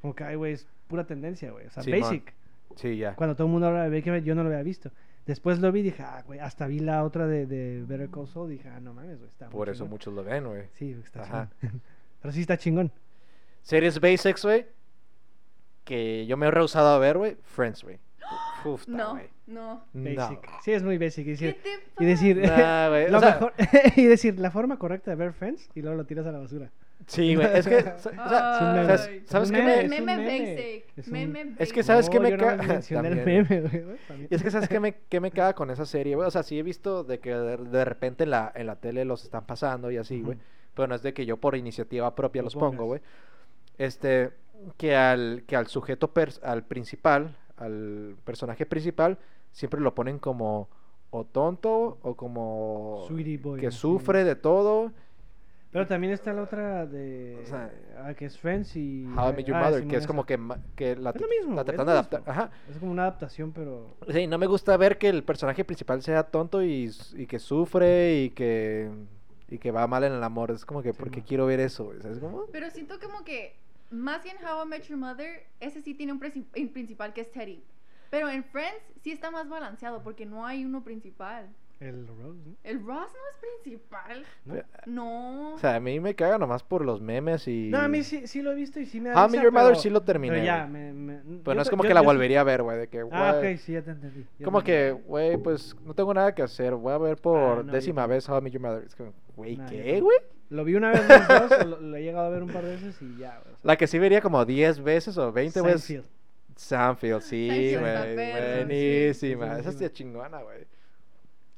Como que, ay, güey, es pura tendencia, güey. O sea, Simón. basic. Sí, ya. Cuando todo el mundo habla de Breaking Bad, yo no lo había visto. Después lo vi y dije, ah, güey, hasta vi la otra de, de Better Call Saul. Dije, ah, no mames, güey, está muy Por eso chingón". muchos lo ven, güey. Sí, güey, está Ajá. chingón. pero sí está chingón. Series basics, güey. Que yo me he rehusado a ver, güey. Friends, güey. Uf, No, güey. no. No. Basic. Sí, es muy basic. Y ¿Qué decir, te y decir Nah, güey, Eh, o lo sea- mejor- y decir, la forma correcta de ver Friends y luego lo tiras a la basura. Sí, güey. Es que. sa- o sea, Es un meme. ¿sabes- sabes Es qué un me- es un Meme meme. basic, Es un- meme Es que basic. ¿sabes qué No, me yo no ca- mencioné el También. meme, güey, güey, también. Y es que sabes qué me, qué me caga con esa serie, güey. O sea, sí he visto de que de, de repente en la, en la tele los están pasando y así, güey. Ujú. Pero no es de que yo por iniciativa propia Lo los pongo, pongas. güey. Este, que al, que al sujeto, pers- al principal, al personaje principal, siempre lo ponen como o tonto o como Sweetie boy, que así. sufre de todo. Pero también está la otra de. O sea, ah, que es Friends y. How I Met Your ah, Mother, Simón, que es esa. como que, ma- que la, Es lo mismo, güey, la es tratan de lo adaptar. mismo. Ajá. Es como una adaptación, pero. Sí, no me gusta ver que el personaje principal sea tonto y, s- y que sufre y que, y que va mal en el amor. Es como que, Sí, ¿por qué ma. quiero ver eso? güey? ¿Sabes cómo? Pero siento como que más que en How I Met Your Mother, ese sí tiene un, princi- un principal que es Teddy. Pero en Friends sí está más balanceado porque no hay uno principal. El Rose, ¿no? El Ross no es principal. ¿no? Pero, No. O sea, a mí me caga nomás por los memes y... No, a mí sí, sí lo he visto y sí me da. How I Met risa, Your Mother pero- sí lo terminé, Pero ya, güey. me. me- Pero yo no es ta- como yo- que la yo sí- volvería a ver, güey, de que, Ah, güey, ok, sí, ya te entendí. ya Como te que, entendí. güey, pues no tengo nada que hacer. Voy a ver por Ah, no, yo décima tampoco. vez How I Met Your Mother. Es como, güey, Nah, yo ¿qué, tampoco. güey? Lo vi una vez, los dos, o lo, lo he llegado a ver un par de veces y ya, güey. o sea, La que sí vería como 10 veces o 20 veces. Seinfeld. Sanfield, sí, Seinfeld, güey. la perra, sí. Buenísima. Esa Buenísima. sí es chingona, güey.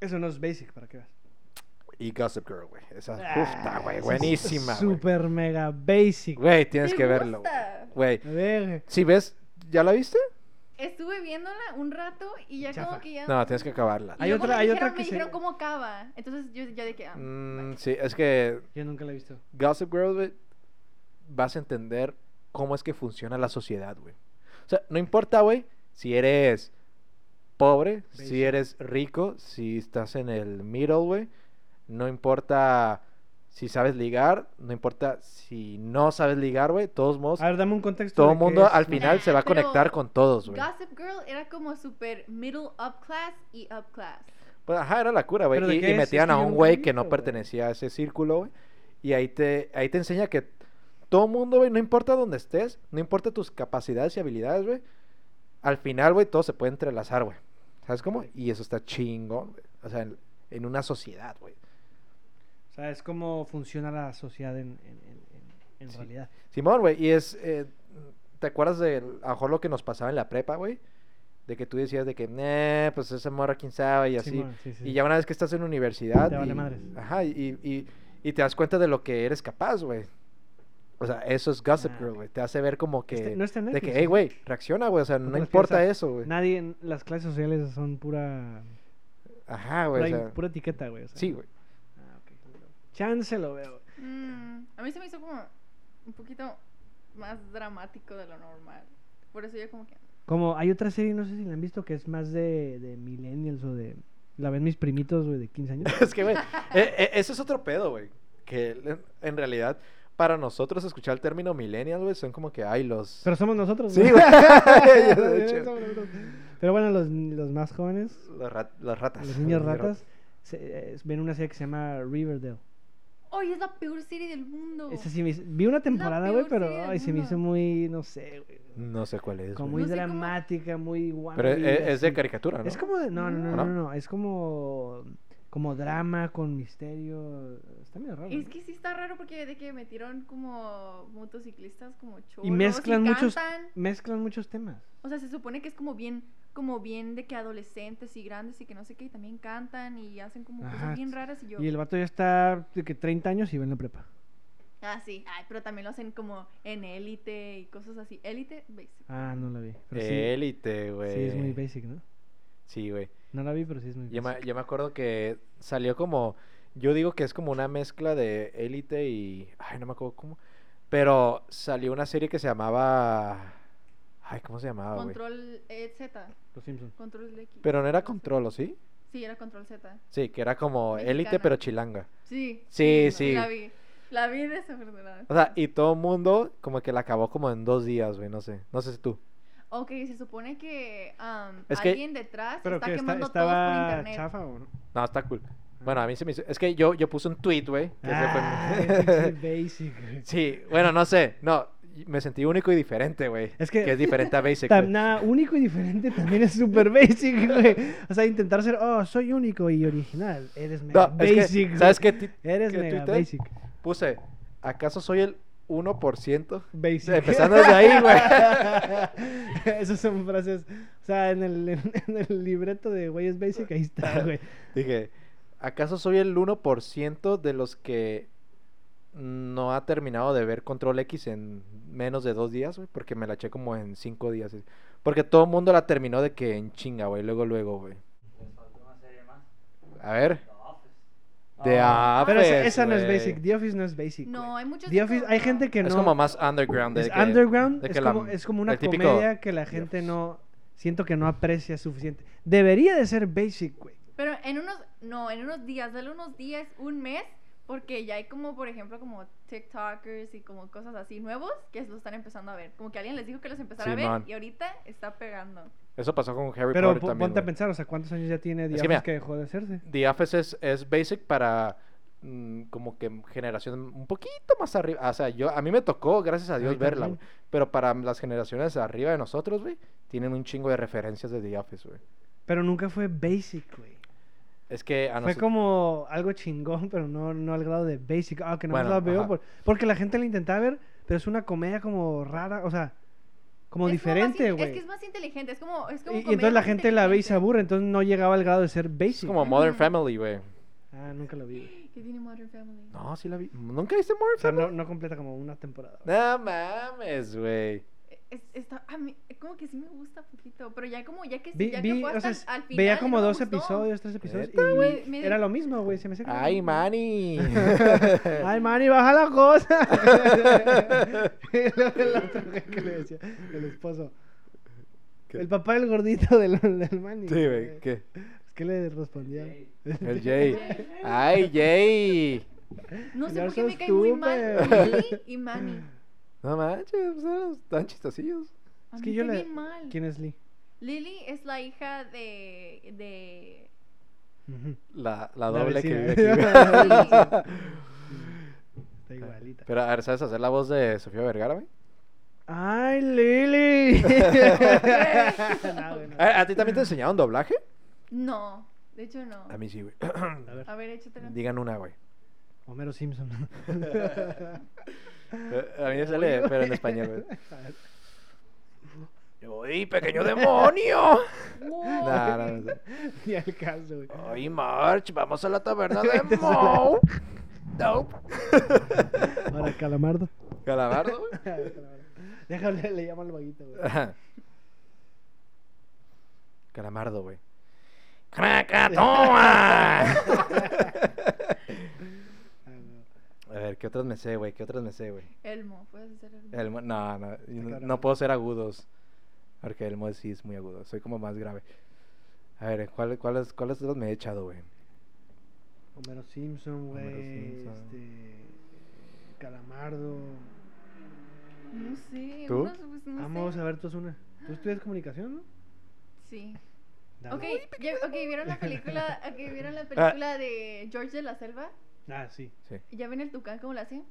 Eso no es basic, para que veas. Y Gossip Girl, güey. Esa puta, Ah, güey. eso es Buenísima, güey. Super mega basic. Güey, tienes ¿Te que verlo. gusta? Güey, A ver, si ves, ¿ya la viste? Estuve viéndola un rato y ya Chafa. como que ya. No, tienes que acabarla. Y Hay luego otra- me hay dijeron- otra que me se- dijeron cómo acaba. Entonces yo ya dije, ah, Mm, sí, es que yo nunca la he visto. Gossip Girl, güey, vas a entender cómo es que funciona la sociedad, güey. O sea, no importa, güey, si eres pobre, si Basic. eres rico, si estás en el middle, güey. No importa si sabes ligar, no importa si no sabes ligar, güey. de Todos modos, A ver, dame un contexto. todo de el qué mundo es al Basic. final se va a Pero conectar con todos, pues, güey. Gossip Girl era como super middle up class y up class. Pues ajá, era la cura, güey. ¿Pero de Y, qué y es? metían Es que a yo un nunca güey lo he que no visto, güey. pertenecía a ese círculo, güey. Y ahí te, ahí te enseña que todo mundo, güey, no importa dónde estés, no importa tus capacidades y habilidades, güey. Al final, güey, todo se puede entrelazar, güey. ¿Sabes cómo? Y eso está chingón, güey. O sea, en, en una sociedad, güey. O sea, es cómo funciona la sociedad en, en- en- en- en Sí. realidad. Simón, güey, y es... eh, ¿Te acuerdas de, a lo mejor, lo que nos pasaba en la prepa, güey? De que tú decías de que, "Nah, pues esa morra quién sabe y así. Simón, sí, sí. Y ya una vez que estás en universidad. Te vale y, madres. Ajá, y, y- y te das cuenta de lo que eres capaz, güey. O sea, eso es Gossip Nah, Girl, güey. güey. Te hace ver como que. Este- no está en de Netflix, que, hey, ¿no? güey, reacciona, güey. O sea, no Puras importa piezas. eso, güey. Nadie, en- las clases sociales son pura, Ajá, güey. pura, o im- sea, pura etiqueta, güey. o sea. sí, güey. Ah, ok. Chance lo veo. Mm, a mí se me hizo como un poquito más dramático de lo normal. Por eso yo como que... Como hay otra serie, no sé si la han visto, que es más de, de millennials o de... La ven mis primitos, güey, de 15 años. es que, güey. eh, eh, eso es otro pedo, güey. Que en- en realidad, para nosotros, escuchar el término millennial, güey, son como que, ay, los. Pero somos nosotros, Sí, ¿no? güey. De hecho. Somos nosotros. Pero bueno, los, los más jóvenes, Los rat- las ratas. los niños ratas, se- eh, ven una serie que se llama Riverdale. ¡Ay, es la peor serie del mundo! Esa sí me hizo- vi una temporada, güey, peor pero serie del ay, se me mundo. hizo muy, no sé, güey. No sé cuál es. Como güey. muy No sé cómo- dramática, muy guay. Pero eh, es de caricatura, ¿no? Es como de, no, no, no, ¿O no, no? no, es como como drama con misterio, está medio raro. Es ¿no? que sí está raro porque de que metieron como motociclistas como choros y mezclan muchos cantan. mezclan muchos temas. O sea, se supone que es como bien como bien de que adolescentes y grandes y que no sé qué y también cantan y hacen como Ajá, cosas bien raras y yo Y el vato ya está de que 30 años y va en la prepa. Ah, sí. Ay, pero también lo hacen como en élite y cosas así. Élite basic. Ah, no la vi. Pero sí, Élite, güey. sí es muy basic, ¿no? Sí, güey. No la vi, pero sí es muy Yo me, basic. yo me acuerdo que salió como. Yo digo que es como una mezcla de Élite y. Ay, no me acuerdo cómo. Pero salió una serie que se llamaba. Ay, ¿cómo se Ah, llamaba, güey? Control eh, Z. Los Simpsons. Control X. Pero no era Control, ¿o sí? Sí, era Control Z. Sí, que era como Élite, Mexicana. pero chilanga. Sí. Sí, sí. La vi. La vi desafortunada. O sea, y todo el mundo como que la acabó como en dos días, güey. No sé. No sé si tú. Ok, se supone que am, Es que- alguien detrás Pero está que quemando todos por estaba internet. chafa o no? No, está cool. Bueno, a mí se me hizo. Es que yo, yo puse un tweet, güey. que ese fue Ah, mi- pinche basic. güey. Sí, bueno, no sé. No, me sentí único y diferente, güey. Es que- es diferente a Basic. Tan- güey. nada único y diferente también es super basic, güey. O sea, intentar ser, oh, soy único y original. Eres mega No, es que, basic. güey. ¿Sabes qué? ti- Eres qué mega tuiteé? basic. Puse, ¿acaso soy el 1%? Basic. Empezando desde ahí, güey. Esas son frases. O sea, en el, en, en el libreto de güey es basic, ahí Ah, está, güey. Dije, ¿acaso soy el 1% de los que no ha terminado de ver Control X en menos de dos días, güey? Porque me la eché como en cinco días. eh. Porque todo el mundo la terminó de que en chinga, güey. Luego, luego, güey. Les falta una serie más. A ver. The Office. De Ah, Pero esa, Office, esa no es güey. basic. The Office no es basic. No, güey. hay muchos. The Office, como- hay gente que no. Es como más underground. de Es que- underground, de es, que la- como, es como una el típico- comedia que la gente no. Siento que no aprecia suficiente. Debería de ser basic, güey. Pero en unos, no, en unos días, dale unos días, un mes, porque ya hay como, por ejemplo, como TikTokers y como cosas así nuevos que lo están empezando a ver. Como que alguien les dijo que los empezara a ver Simón. y ahorita está pegando. Eso pasó con Harry Pero Potter pon- también. ponte a güey. pensar, o sea, ¿cuántos años ya tiene The Es que Office mira, que dejó de hacerse? The Office es, es basic para mm, como que generación un poquito más arriba. O sea, yo a mí me tocó, gracias a A Dios, mí verla. también. güey. Pero para las generaciones arriba de nosotros, güey, tienen un chingo de referencias de The Office, güey. Pero nunca fue basic, güey. Es que a Fue nosotros... como algo chingón, pero no, no al grado de basic. Ah, que no Bueno, la veo ajá. por- porque la gente la intentaba ver, pero es una comedia como rara, o sea, como Es diferente, más in- güey. Es que es más inteligente, es como. Es como Y- y, comedia entonces la más gente la ve y se inteligente. aburre, entonces no llegaba al grado de ser Es basic. como Modern Ujú. Family, güey. Ah, nunca lo vi. güey. ¿Qué tiene Modern Family? No, sí la vi. ¿Nunca viste Modern O sea, Family? no, no completa como una temporada. güey. No mames, güey. Es- está, a mí, como que sí me gusta poquito, pero ya como, ya que sí, Vi- ya vi, que fue o sea, hasta al final. veía ya como no me dos gustó. episodios, tres episodios. Neta, y güey, me- Era lo mismo, güey. Se me hace que era lo Ay, mismo. Manny. Ay, Manny, baja la cosa. Y luego el otro güey que le decía, el esposo. ¿Qué? El papá del gordito del, del Manny. Sí, güey. ¿Qué? Es que le respondía. Jay. El Jay. Ay, Jay. No sé Ya por qué sos me cae tú, muy mal pero- Lily y Manny. No manches, pues, eran tan chistosillos. A Es mí que yo me cae le. bien mal. ¿Quién es Lee? Lily es la hija de. de. Ujú. La, la La doble que vecina. vive aquí. Está igualita. Pero a ver, ¿sabes hacer la voz de Sofía Vergara, güey? ¡Ay, Lili! No, güey, no. ¿A, a ti también te enseñaron doblaje? No, de hecho no. A mí sí, güey. A ver, A ver, échatelo. Digan una, güey. Homero Simpson. Eh, A mí me sale, Oye, pero en güey. español, güey. A ver. ¡Uy, pequeño demonio! Wow. Nah, no, no sé. Ni al caso, güey. ¡Ay, March! ¡Vamos a la taberna de Mo! No. Ahora, Calamardo. ¿Calamardo, güey? A ver, Calamardo. Déjale, le llamo al vaguito, güey. Ajá. Calamardo, güey. ¡Krakatoa! Ah, no. a ver, ¿qué otras me sé, güey? ¿Qué otras me sé, güey? Elmo, puedes hacer Elmo. El mo- no, no, yo no, cabrón. no puedo ser agudos. Porque el mod sí es muy agudo. Soy como más grave. A ver, ¿cuáles cuál cuáles cuáles de los me he echado, güey? Homero Simpson, Homero güey. Simpson. Este. Calamardo. No sé. ¿Tú? unos, pues, no Vamos sé. a ver, tú una. Tú estudias comunicación, ¿no? Sí. Dale. Ok, ya- ok, ¿vieron la película, ok, ¿vieron Ah. la película de George de la Selva? Ah, sí. Sí. ¿Ya ven el tucán cómo lo hace?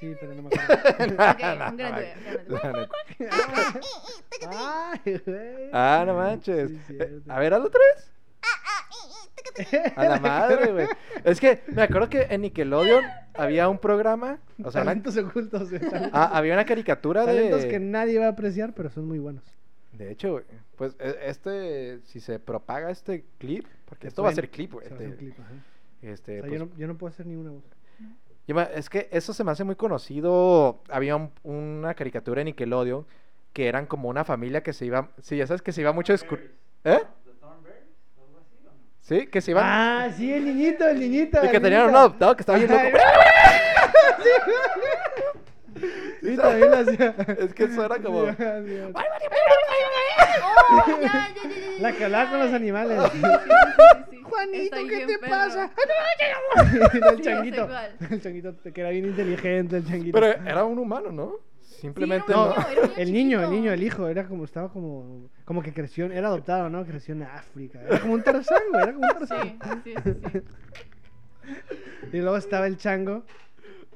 Sí, pero no me acuerdo. No, un gran güey. duda, un gran La duda. neta. Ah, Ay, eh, güey. Ah, no manches. Sí, Eh, cierto. a ver, hazlo otra vez. A la madre, güey. Es que me acuerdo que en Nickelodeon había un programa, o sea, una- talentos ocultos, güey, talentos, ah, había una caricatura talentos que de... nadie va a apreciar, pero son muy buenos. De hecho, güey, pues e- este, si se propaga este clip, porque esto va a Bueno, ser clip, güey. se va a hacer este- un clip, ajá. Este, O sea, pues, yo, no, yo no puedo hacer ni una voz. yo me- es que eso se me hace muy conocido. Había un- una caricatura en Nickelodeon que eran como una familia que se iba, sí, ya sabes que se iba mucho a escu- ¿Eh? ¿The Thornberries? ¿Algo así o no? Sí, que se iban... Ah, sí, el niñito, el niñito. de el que tenían un niñito. adoptado que estaba bien Ah, Ajá, loco. Sí, también lo hacía. Es que suena como- Sí, ajá, sí, ajá. ¡Oh! Ya, ya, ya, ya, ya, La ya, calada con ya. los animales. Sí, sí, sí, sí, sí. Juanito, Estoy ¿qué bien te perro. pasa? el Sí, changuito. hace igual. El changuito que era bien inteligente, el changuito. Pero eh, era un humano, ¿no? Simplemente era un no. niño, era un el niño, el chiquito. niño, el hijo, era como, estaba como, como que creció, era adoptado, ¿no? Creció en África. Era como un tarzán, güey, era como un tarzán. Sí, sí, sí, sí. Y luego estaba el chango,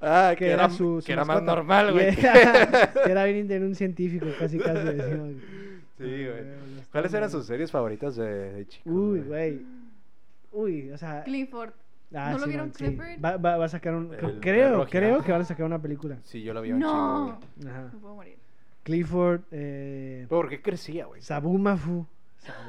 Ah, que, era, su, su que era más mascota. normal, Y güey. Era, que era bien de un científico, casi, casi. decimos. Sí, Ah, güey. no está ¿Cuáles eran mal. sus series favoritas de, de chico? Uy, güey. Uy, o sea. Clifford. ah, ¿no lo sí, vieron man, sí. Clifford? Va, va- va a sacar un. El creo, perro creo gigante. que van a sacar una película. Sí, yo lo vi un chingo, güey. No. Ajá. Me puedo morir. Clifford, eh. Pero ¿Por qué crecía, güey? Sabumafu.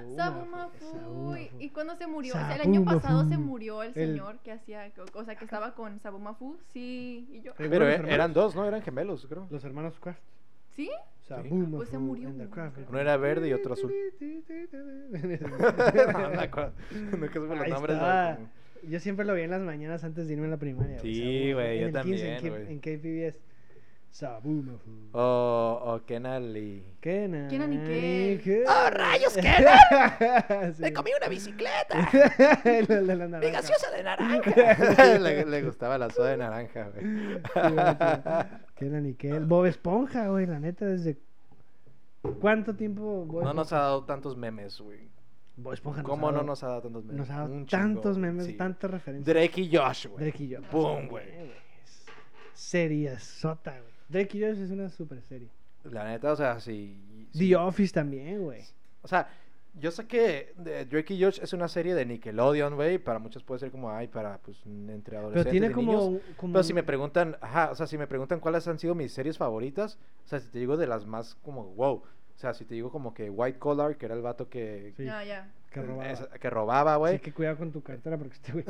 Sabumafu. Y- ¿Y cuando se murió? O sea, el año Sabumafu. pasado se murió el El- señor que hacía, o sea, que estaba con Sabumafu. Sí. Y yo, Pero los eh, hermanos- eran dos, ¿no? Eran gemelos, creo. Los hermanos Kraft. ¿sí? Sabumafu. Pues se murió and the uno, Kraft. creo. Uno era verde y otro azul. no me acuerdo. Nunca supe los Ahí nombres. estaba. güey. Yo siempre lo veía en las mañanas antes de irme a la primaria. Sí, Sabumafu. güey, En yo el 15, en también, K- güey. Oh. En KPBS. Sabumafu. O, o Kenal y... Kenan. Kenan y Kel. ¡Oh, rayos, Kenan! ¡Me comí una bicicleta! el de la naranja. de naranja! le, le gustaba la soda de naranja, güey. Sí, güey, sí. Kenan y Kel. Bob Esponja, güey, la neta, desde... ¿Cuánto tiempo Bob No Esponja? nos ha dado tantos memes, güey. Bob Esponja nos ¿Cómo ha no dado- nos ha dado tantos memes? nos ha dado Un chingo, tantos güey, memes, sí. tantas referencias? Drake y Josh, güey. Drake y Josh. Boom, güey. Eh, es Seriasota, güey. Drake y Josh es una super serie. La neta, o sea, sí. sí. The Office también, güey. O sea, yo sé que eh, Drake y Josh es una serie de Nickelodeon, güey. Para muchos puede ser como, ay, para, pues, n- entre adolescentes. Pero tiene y como, niños. un- como Pero si un- me preguntan, ajá, o sea, si me preguntan cuáles han sido mis series favoritas, o sea, si te digo de las más como, wow. O sea, si te digo como que White Collar, que era el vato que. Sí, Ya, ya. que robaba. esa- que robaba, Así güey. que cuidado con tu cartera porque este güey.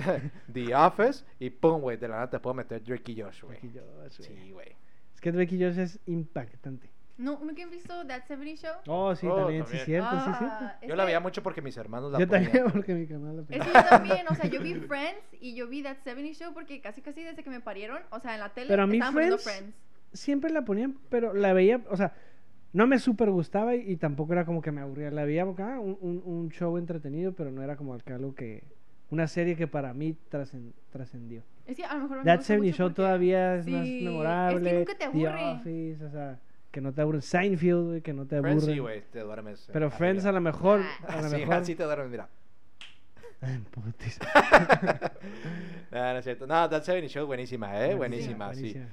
The Office y pum, güey, de la nada te puedo meter Drake y Josh, güey. Drake y Josh, güey. Sí, güey. Es que Drake y Josh es impactante. No, ¿nunca han visto That 70 Show? Oh, sí, Oh, también, sí, también. cierto, sí, Ah, cierto. Yo es la que- veía mucho porque mis hermanos la Yo ponían. también, porque mi canal la Es pegó. que yo también, o sea, yo vi Friends y yo vi That 70 Show porque casi casi desde que me parieron, o sea, en la tele Pero a mí estaban poniendo Friends- Friends. Siempre la ponían, pero la veía, o sea, no me super gustaba y, y tampoco era como que me aburría. La veía porque, ah, un, un- un show entretenido, pero no era como que algo que. Una serie que para mí trasen- trascendió. Es que a lo mejor me That gusta 70 mucho Show porque- todavía es más Sí, memorable. Es que nunca te The aburre. Office, o sea, que no te aburre. Seinfeld, güey, que no te aburre. Friends, Ah, sí, ah, güey, te duermes. eh, Ah. Pero Friends a lo mejor. A lo así, mejor así te duermes, mira. Ay, putiza. no, no es cierto. No, That 70 Show es buenísima, ¿eh? Buenísima, buenísima.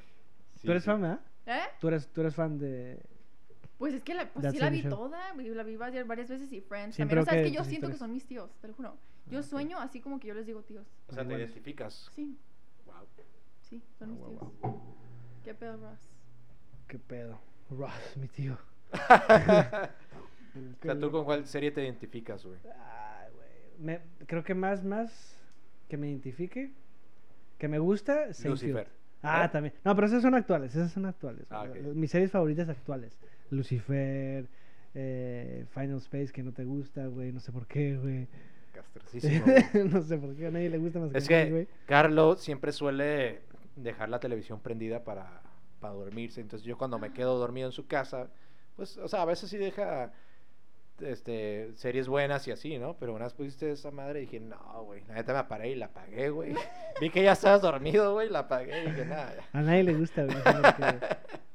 sí. ¿Tú eres sí, fan, verdad? ¿Eh? ¿Tú eres, tú eres fan de... Pues es que la, pues That sí la 70 vi Show. toda, y la vi varias varias veces y Friends. Sí, También, o pero sea, es que que yo tus siento que historias- son mis tíos, te lo juro. Yo Ah, ok. sueño así como que yo les digo tíos. O sea, te Igual. identificas. Sí, Wow. sí, son Ah, mis guau, tíos. ¿Qué pedo, Ross? ¿Qué pedo? Ross, mi tío. O sea, ¿tú con cuál serie te identificas, güey? Ay, güey. Me- creo que más, más que me identifique, que me gusta, Seinfeld. Lucifer. Ah, ¿Eh? también. No, pero esas son actuales, esas son actuales. Ah, güey. ok. Mis series favoritas actuales. Lucifer, eh, Final Space, que no te gusta, güey, no sé por qué, güey. Castrosísimo, güey. no sé por qué, a nadie le gusta más Es a mí, que Carlos siempre suele dejar la televisión prendida para, para dormirse. Entonces yo cuando me quedo dormido en su casa, pues, o sea, a veces sí deja este, series buenas y así, ¿no? Pero una vez pusiste esa madre y dije, no, güey, la neta me paré y la apagué, güey. Vi que ya estabas dormido, güey, la apagué y dije, nada, ya". A nadie le gusta, güey. no sé por qué.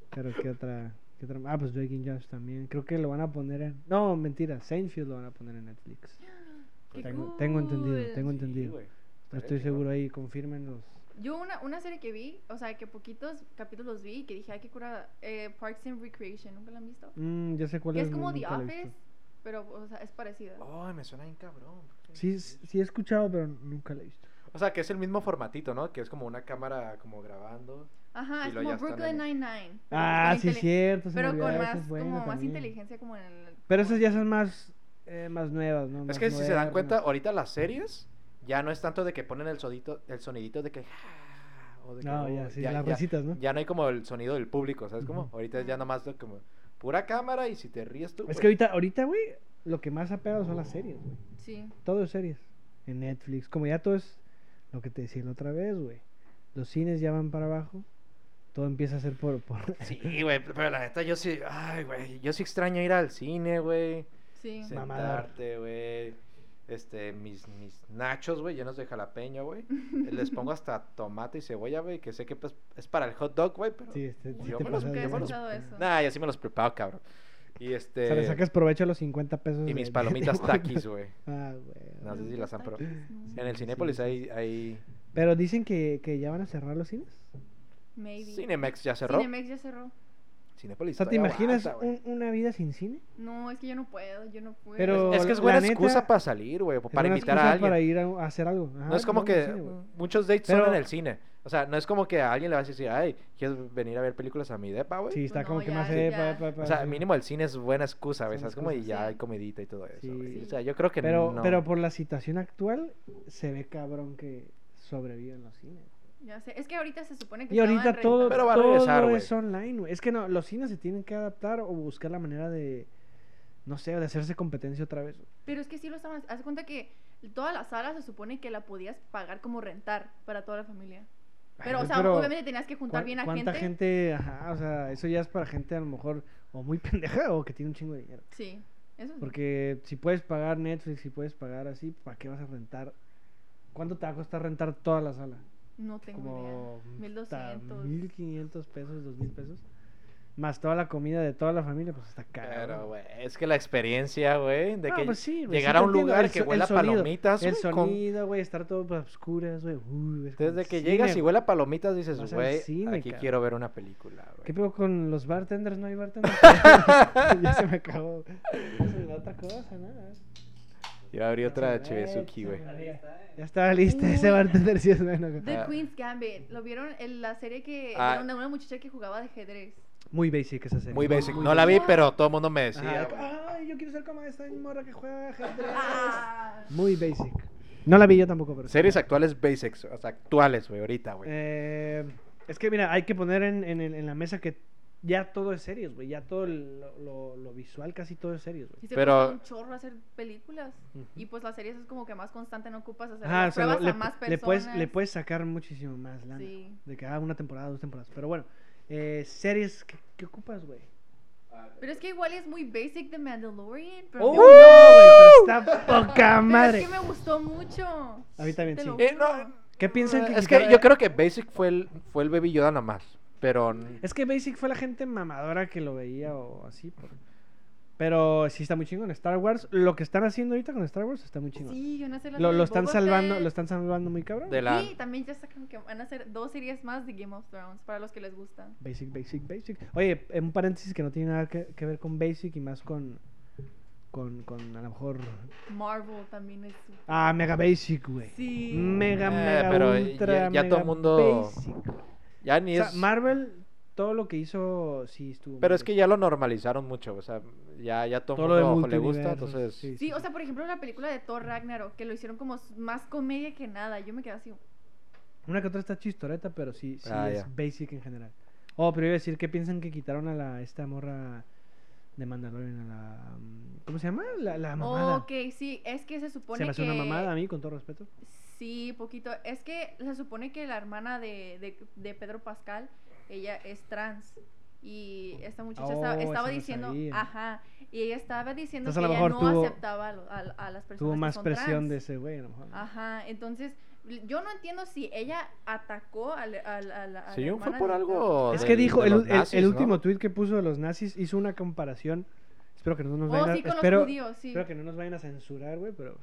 Pero qué otra, qué otra. Ah, pues Drake and Josh también. Creo que lo van a poner en. No, mentira. Seinfeld lo van a poner en Netflix. ¡Qué Tengo- tengo entendido, cool! tengo- entendido. güey, No estaría estoy chingón. seguro ahí, confirmen los. Yo una, una serie que vi, o sea, que poquitos capítulos vi y que dije, ay, qué cura, eh, Parks and Recreation, ¿nunca la han visto? Mm, ya sé cuál Que es. es no- como The nunca la he visto. Office, pero, o sea, es parecida. Ay, me suena bien cabrón. ¿por qué? Sí, s- sí he escuchado, pero nunca la he visto. O sea, que es el mismo formatito, ¿no? Que es como una cámara como grabando. Ajá, Y es luego ya como están Brooklyn en- Nine-Nine. pero Ah, con sí, intele- cierto. se me Pero con olvidaba, esa más, es buena como más también. inteligencia como en el... Pero esas ya son más, eh, más nuevas, ¿no? Es Más que si se dan modernas. cuenta, ahorita las series ya no es tanto de que ponen el, sodito, el sonidito de que... o de que, No, "Oh", ya, sí, las ya- risitas, ¿no? ya no hay como el sonido del público, ¿sabes cómo? Ujú. Ahorita es ya nomás lo como pura cámara y si te ríes tú... Es que pues, ahorita, ahorita, güey, lo que más ha pegado son las series, güey. Sí. Todo es series. En Netflix. Como ya todo es lo que te decía la otra vez, güey. Los cines ya van para abajo. Todo empieza a ser por. por... Sí, güey, pero la neta yo sí... Ay, güey, yo sí extraño ir al cine, güey. Sí. Sí. Mamador. Sentarte, güey. Este, mis, mis nachos, güey, llenos de jalapeño, güey. Les pongo hasta tomate y cebolla, güey, que sé que pues, es para el hot dog, güey, pero... Sí, este, sí Yo te me los- pasas Nunca he yo de me los- lanza. escuchado eso. Nah, yo sí me los preparo, cabrón. Y O este... sea, le sacas provecho a los 50 pesos. Y de- mis de- palomitas de- taquis, güey. Ah, güey. No sé si las han probado. Taquis, no. En el Sí, Cinépolis sí. hay, hay... Pero dicen que, que ya van a cerrar los cines. Maybe. Cinemex ya cerró. Cinemex ya cerró. Cinépolis O sea, ¿te todavía imaginas aguanta, güey. un- una vida sin cine? No, es que yo no puedo, yo no puedo. Pero- Es que es la buena neta, excusa para salir, güey, o Es para una invitar a excusa alguien. Para ir a, a hacer algo. No Ajá, es como vamos que al cine, güey. muchos dates son Pero- en el cine. O sea, no es como que a alguien le vas a decir, ay, ¿quieres venir a ver películas a mi depa, güey? Sí, está No, como que ya, más. sí, eh, pa- ya. pa- pa- pues, O sea, sí. mínimo el cine es buena excusa, güey. Son ¿Sabes? Como y ya excusas. hay comidita y todo eso, güey. Sí. O sea, yo creo que Pero, no. pero pues, por la situación actual, se ve cabrón que sobreviven los cines. Ya sé, es que ahorita se supone que Y ahorita estaban todo, Pero rentando. va a todo regresar, güey. es online, güey. Es que no, los cines se tienen que adaptar o buscar la manera de, no sé, de hacerse competencia otra vez. güey. Pero es que sí lo estaban. Haz de cuenta que toda la sala se supone que la podías pagar como rentar para toda la familia. Ay, Pero, güey, o sea, obviamente tenías que juntar ¿cuán- bien a ¿Cuánta gente. gente? Ajá, o sea, eso ya es para gente a lo mejor o muy pendeja o que tiene un chingo de dinero. Sí, eso sí. Porque si puedes pagar Netflix, si puedes pagar así, ¿para qué vas a rentar? ¿Cuánto te va a costar rentar toda la sala? no tengo idea. Como 1200. 1500 pesos, 2000 pesos. Más toda la comida de toda la familia, pues está caro. Pero, güey, es que la experiencia, güey, de Ah, que pues sí, güey, llegar sí a te un entiendo. lugar El que so- el huela a sonido, palomitas, El güey, con- sonido, güey, estar todo a oscuras, güey. uy, es como Desde que cine, llegas y güey. huele a palomitas, dices, Vas al güey, cine, aquí cabrón". quiero ver una película, güey. ¿Qué pego con los bartenders? No hay bartenders. ya se me acabó. Ya se me da otra cosa, nada. Yo abrí Ya otra se Chibezuki, ve, güey. se ve. Está, ¿eh? Ya estaba lista Uy. ese bartender, sí es bueno. güey. The Ah. Queen's Gambit. ¿Lo vieron? En la serie que. Ah. Era una, una muchacha que jugaba de ajedrez. Muy basic esa serie. Muy basic. muy No la vi, basic. pero todo el mundo me Ajá, decía, de- güey. Ay, yo quiero ser como esta morra que juega ajedrez". Ah. Muy basic. No la vi yo tampoco, pero. sí. Series actuales basics, o sea, actuales, güey, ahorita, güey. Eh, es que mira, hay que poner en, en el- en la mesa que ya todo es series, güey. Ya todo lo, lo- lo visual, casi todo es series, Y güey. se Pero- costó un chorro hacer películas. Y pues las series es como que más constante, no ocupas hacer Ajá, las o sea, lo- pruebas le, a más le personas. puedes, le puedes sacar muchísimo más lana. Sí. De que haga una temporada, dos temporadas. Pero bueno, eh, series, ¿qué, qué ocupas, güey? Ah, Pero es que igual es muy basic The Mandalorian. Pero ¡Oh, me no, gustó. güey! Pero está poca ¡Uh! Pero madre. Es que me gustó mucho. A mí también Te sí. lo Eh, no, juro. ¿Qué piensan que es quizá- que yo creo que Basic fue el, fue el Baby Yoda nomás, pero... Es que Basic fue la gente mamadora que lo veía o así. por- Pero, Pero sí está muy chingón. Star Wars, lo que están haciendo ahorita con Star Wars está muy chingón. Sí, yo no sé Lo, lo están salvando, lo están salvando muy cabrón. De la- Sí, también ya sacan que van a hacer dos series más de Game of Thrones para los que les gustan. Basic, basic, basic. Oye, en un paréntesis que no tiene nada que, que ver con basic y más con, con, con a lo mejor... Marvel también es. Ah, mega basic, güey. Sí. Mega, Eh, mega, pero ultra, ya- ya todo mega mundo- basic, güey. Ya ni O sea, es... Marvel, todo lo que hizo, sí estuvo. Pero muy es que basic. ya lo normalizaron mucho, o sea, ya, ya todo, Todo mundo lo de ojo, le gusta, multiversos, entonces... sí. Sí, o sea, por ejemplo, la película de Thor Ragnarok, que lo hicieron como s- más comedia que nada. Yo me quedé así. Una que otra está chistoreta, pero sí, sí Ah, es ya. basic en general. Oh, pero iba a decir que piensan que quitaron a la esta morra de Mandalorian, a la. mm, ¿Cómo se llama? La, la mamada. Ok, sí, es Oh, que se supone se me hace que. una mamada a mí, con todo respeto. Sí, poquito. Es que se supone que la hermana de, de, de Pedro Pascal, ella es trans. Y esta muchacha Oh, estaba, eso estaba no diciendo, sabía. ajá, y ella estaba diciendo Entonces, a que lo ella no mejor tuvo- aceptaba a, lo- a- a las personas Tuvo que más son presión trans. de ese güey, a lo mejor. Ajá, entonces l- yo no entiendo si ella atacó al, al, al, a la Según fue hermana por de- algo Es de- que dijo, de el, los el- nazis, el ¿no? último tweet que puso de los nazis hizo una comparación. Espero que no nos vayan Oh, a- sí, con espero, los judíos, sí. espero que no nos vayan a censurar, güey, pero.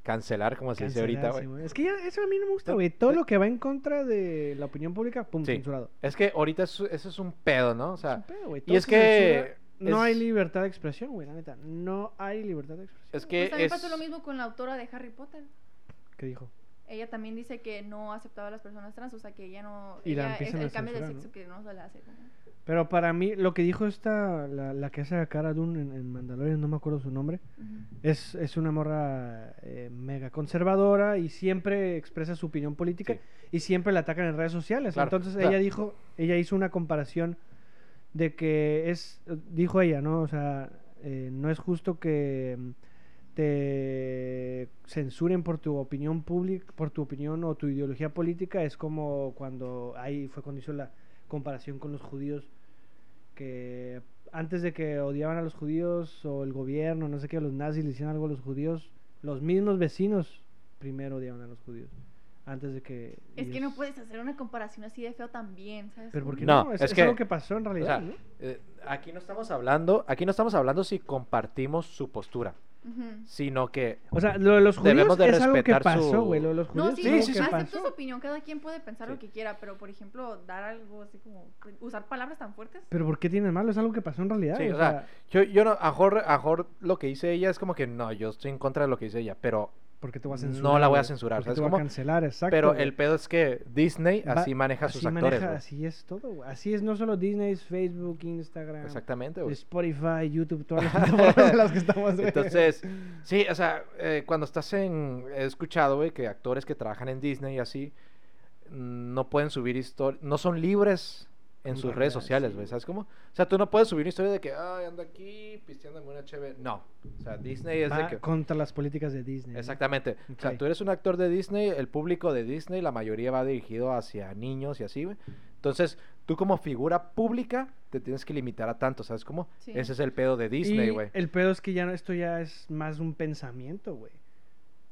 Cancelar, como se dice Cancelar, ahorita, sí, güey. güey. Es que ya, eso a mí no me gusta, güey. Todo lo que va en contra de la opinión pública, pum, Sí. censurado. Es que ahorita eso, eso es un pedo, ¿no? O Es un sea, pedo, güey. y Todo es se que... censura. No hay es- libertad de expresión, güey, la neta. No hay libertad de expresión. Es que Pues también es... pasó lo mismo con la autora de Harry Potter. ¿Qué dijo? Ella también dice que no aceptaba a las personas trans, o sea que ella no. Y la ella- empiezan el, a cambio de censurar, sexo que no se le hace. como- Pero para mí, lo que dijo esta, la, la que hace a Cara Dune en, en Mandalorian, no me acuerdo su nombre, Ujú. es, es una morra eh, mega conservadora y siempre expresa su opinión política Sí. y siempre la atacan en redes sociales. Claro, Entonces claro. ella dijo, ella hizo una comparación de que es, dijo ella, ¿no? O sea, eh, no es justo que mm, te censuren por tu opinión pública, por tu opinión o tu ideología política. Es como cuando, ahí fue cuando hizo la comparación con los judíos que antes de que odiaban a los judíos o el gobierno, no sé qué, los nazis le hicieron algo a los judíos, los mismos vecinos primero odiaban a los judíos. Antes de que. Es que ellos- no puedes hacer una comparación así de feo también, ¿sabes? Pero cómo? ¿por qué no? No, Es, es es que- algo que pasó en o realidad, sea, ¿no? eh, aquí no estamos hablando, aquí no estamos hablando si compartimos su postura, Ujú. sino que O sea, lo de los judíos debemos de es algo que respetar su- pasó, güey. Lo de los No, judíos sí, es sí, algo sí, que sí. acepto su pasó. opinión, cada quien puede pensar Sí. lo que quiera, pero por ejemplo, dar algo así como pues, usar palabras tan fuertes. Pero ¿por qué tiene de malo? Es algo que pasó en realidad. Sí, o o sea, yo, yo no, a Jor, a Jor lo que dice ella es como que no, yo estoy en contra de lo que dice ella, pero, ¿por qué te voy a no censurar? la voy a güey? censurar, ¿Por qué ¿sabes te voy a cómo? cancelar, exacto. pero güey. el pedo es que Disney Va- así maneja a sus así actores, maneja- güey. así es todo, güey. Así es no solo Disney, es Facebook, Instagram. Exactamente, güey. Spotify, YouTube, todas las plataformas en las que estamos. güey. Entonces, sí, o sea, eh, cuando estás en... He escuchado, güey, que actores que trabajan en Disney y así mm, no pueden subir historias, no son libres en Con sus redes reglas, sociales, sí, güey, güey. ¿sabes cómo? O sea, tú no puedes subir una historia de que, ay, ando aquí pisteándome una chévere. No, o sea, Disney es de Va que... contra las políticas de Disney. ¿no? Exactamente. O sea, Ok. tú eres un actor de Disney, el público de Disney, la mayoría va dirigido hacia niños y así, güey. Entonces, tú como figura pública te tienes que limitar a tanto, ¿sabes cómo? Sí. Ese es el pedo de Y Disney, güey. El pedo es que ya no- esto ya es más un pensamiento, güey.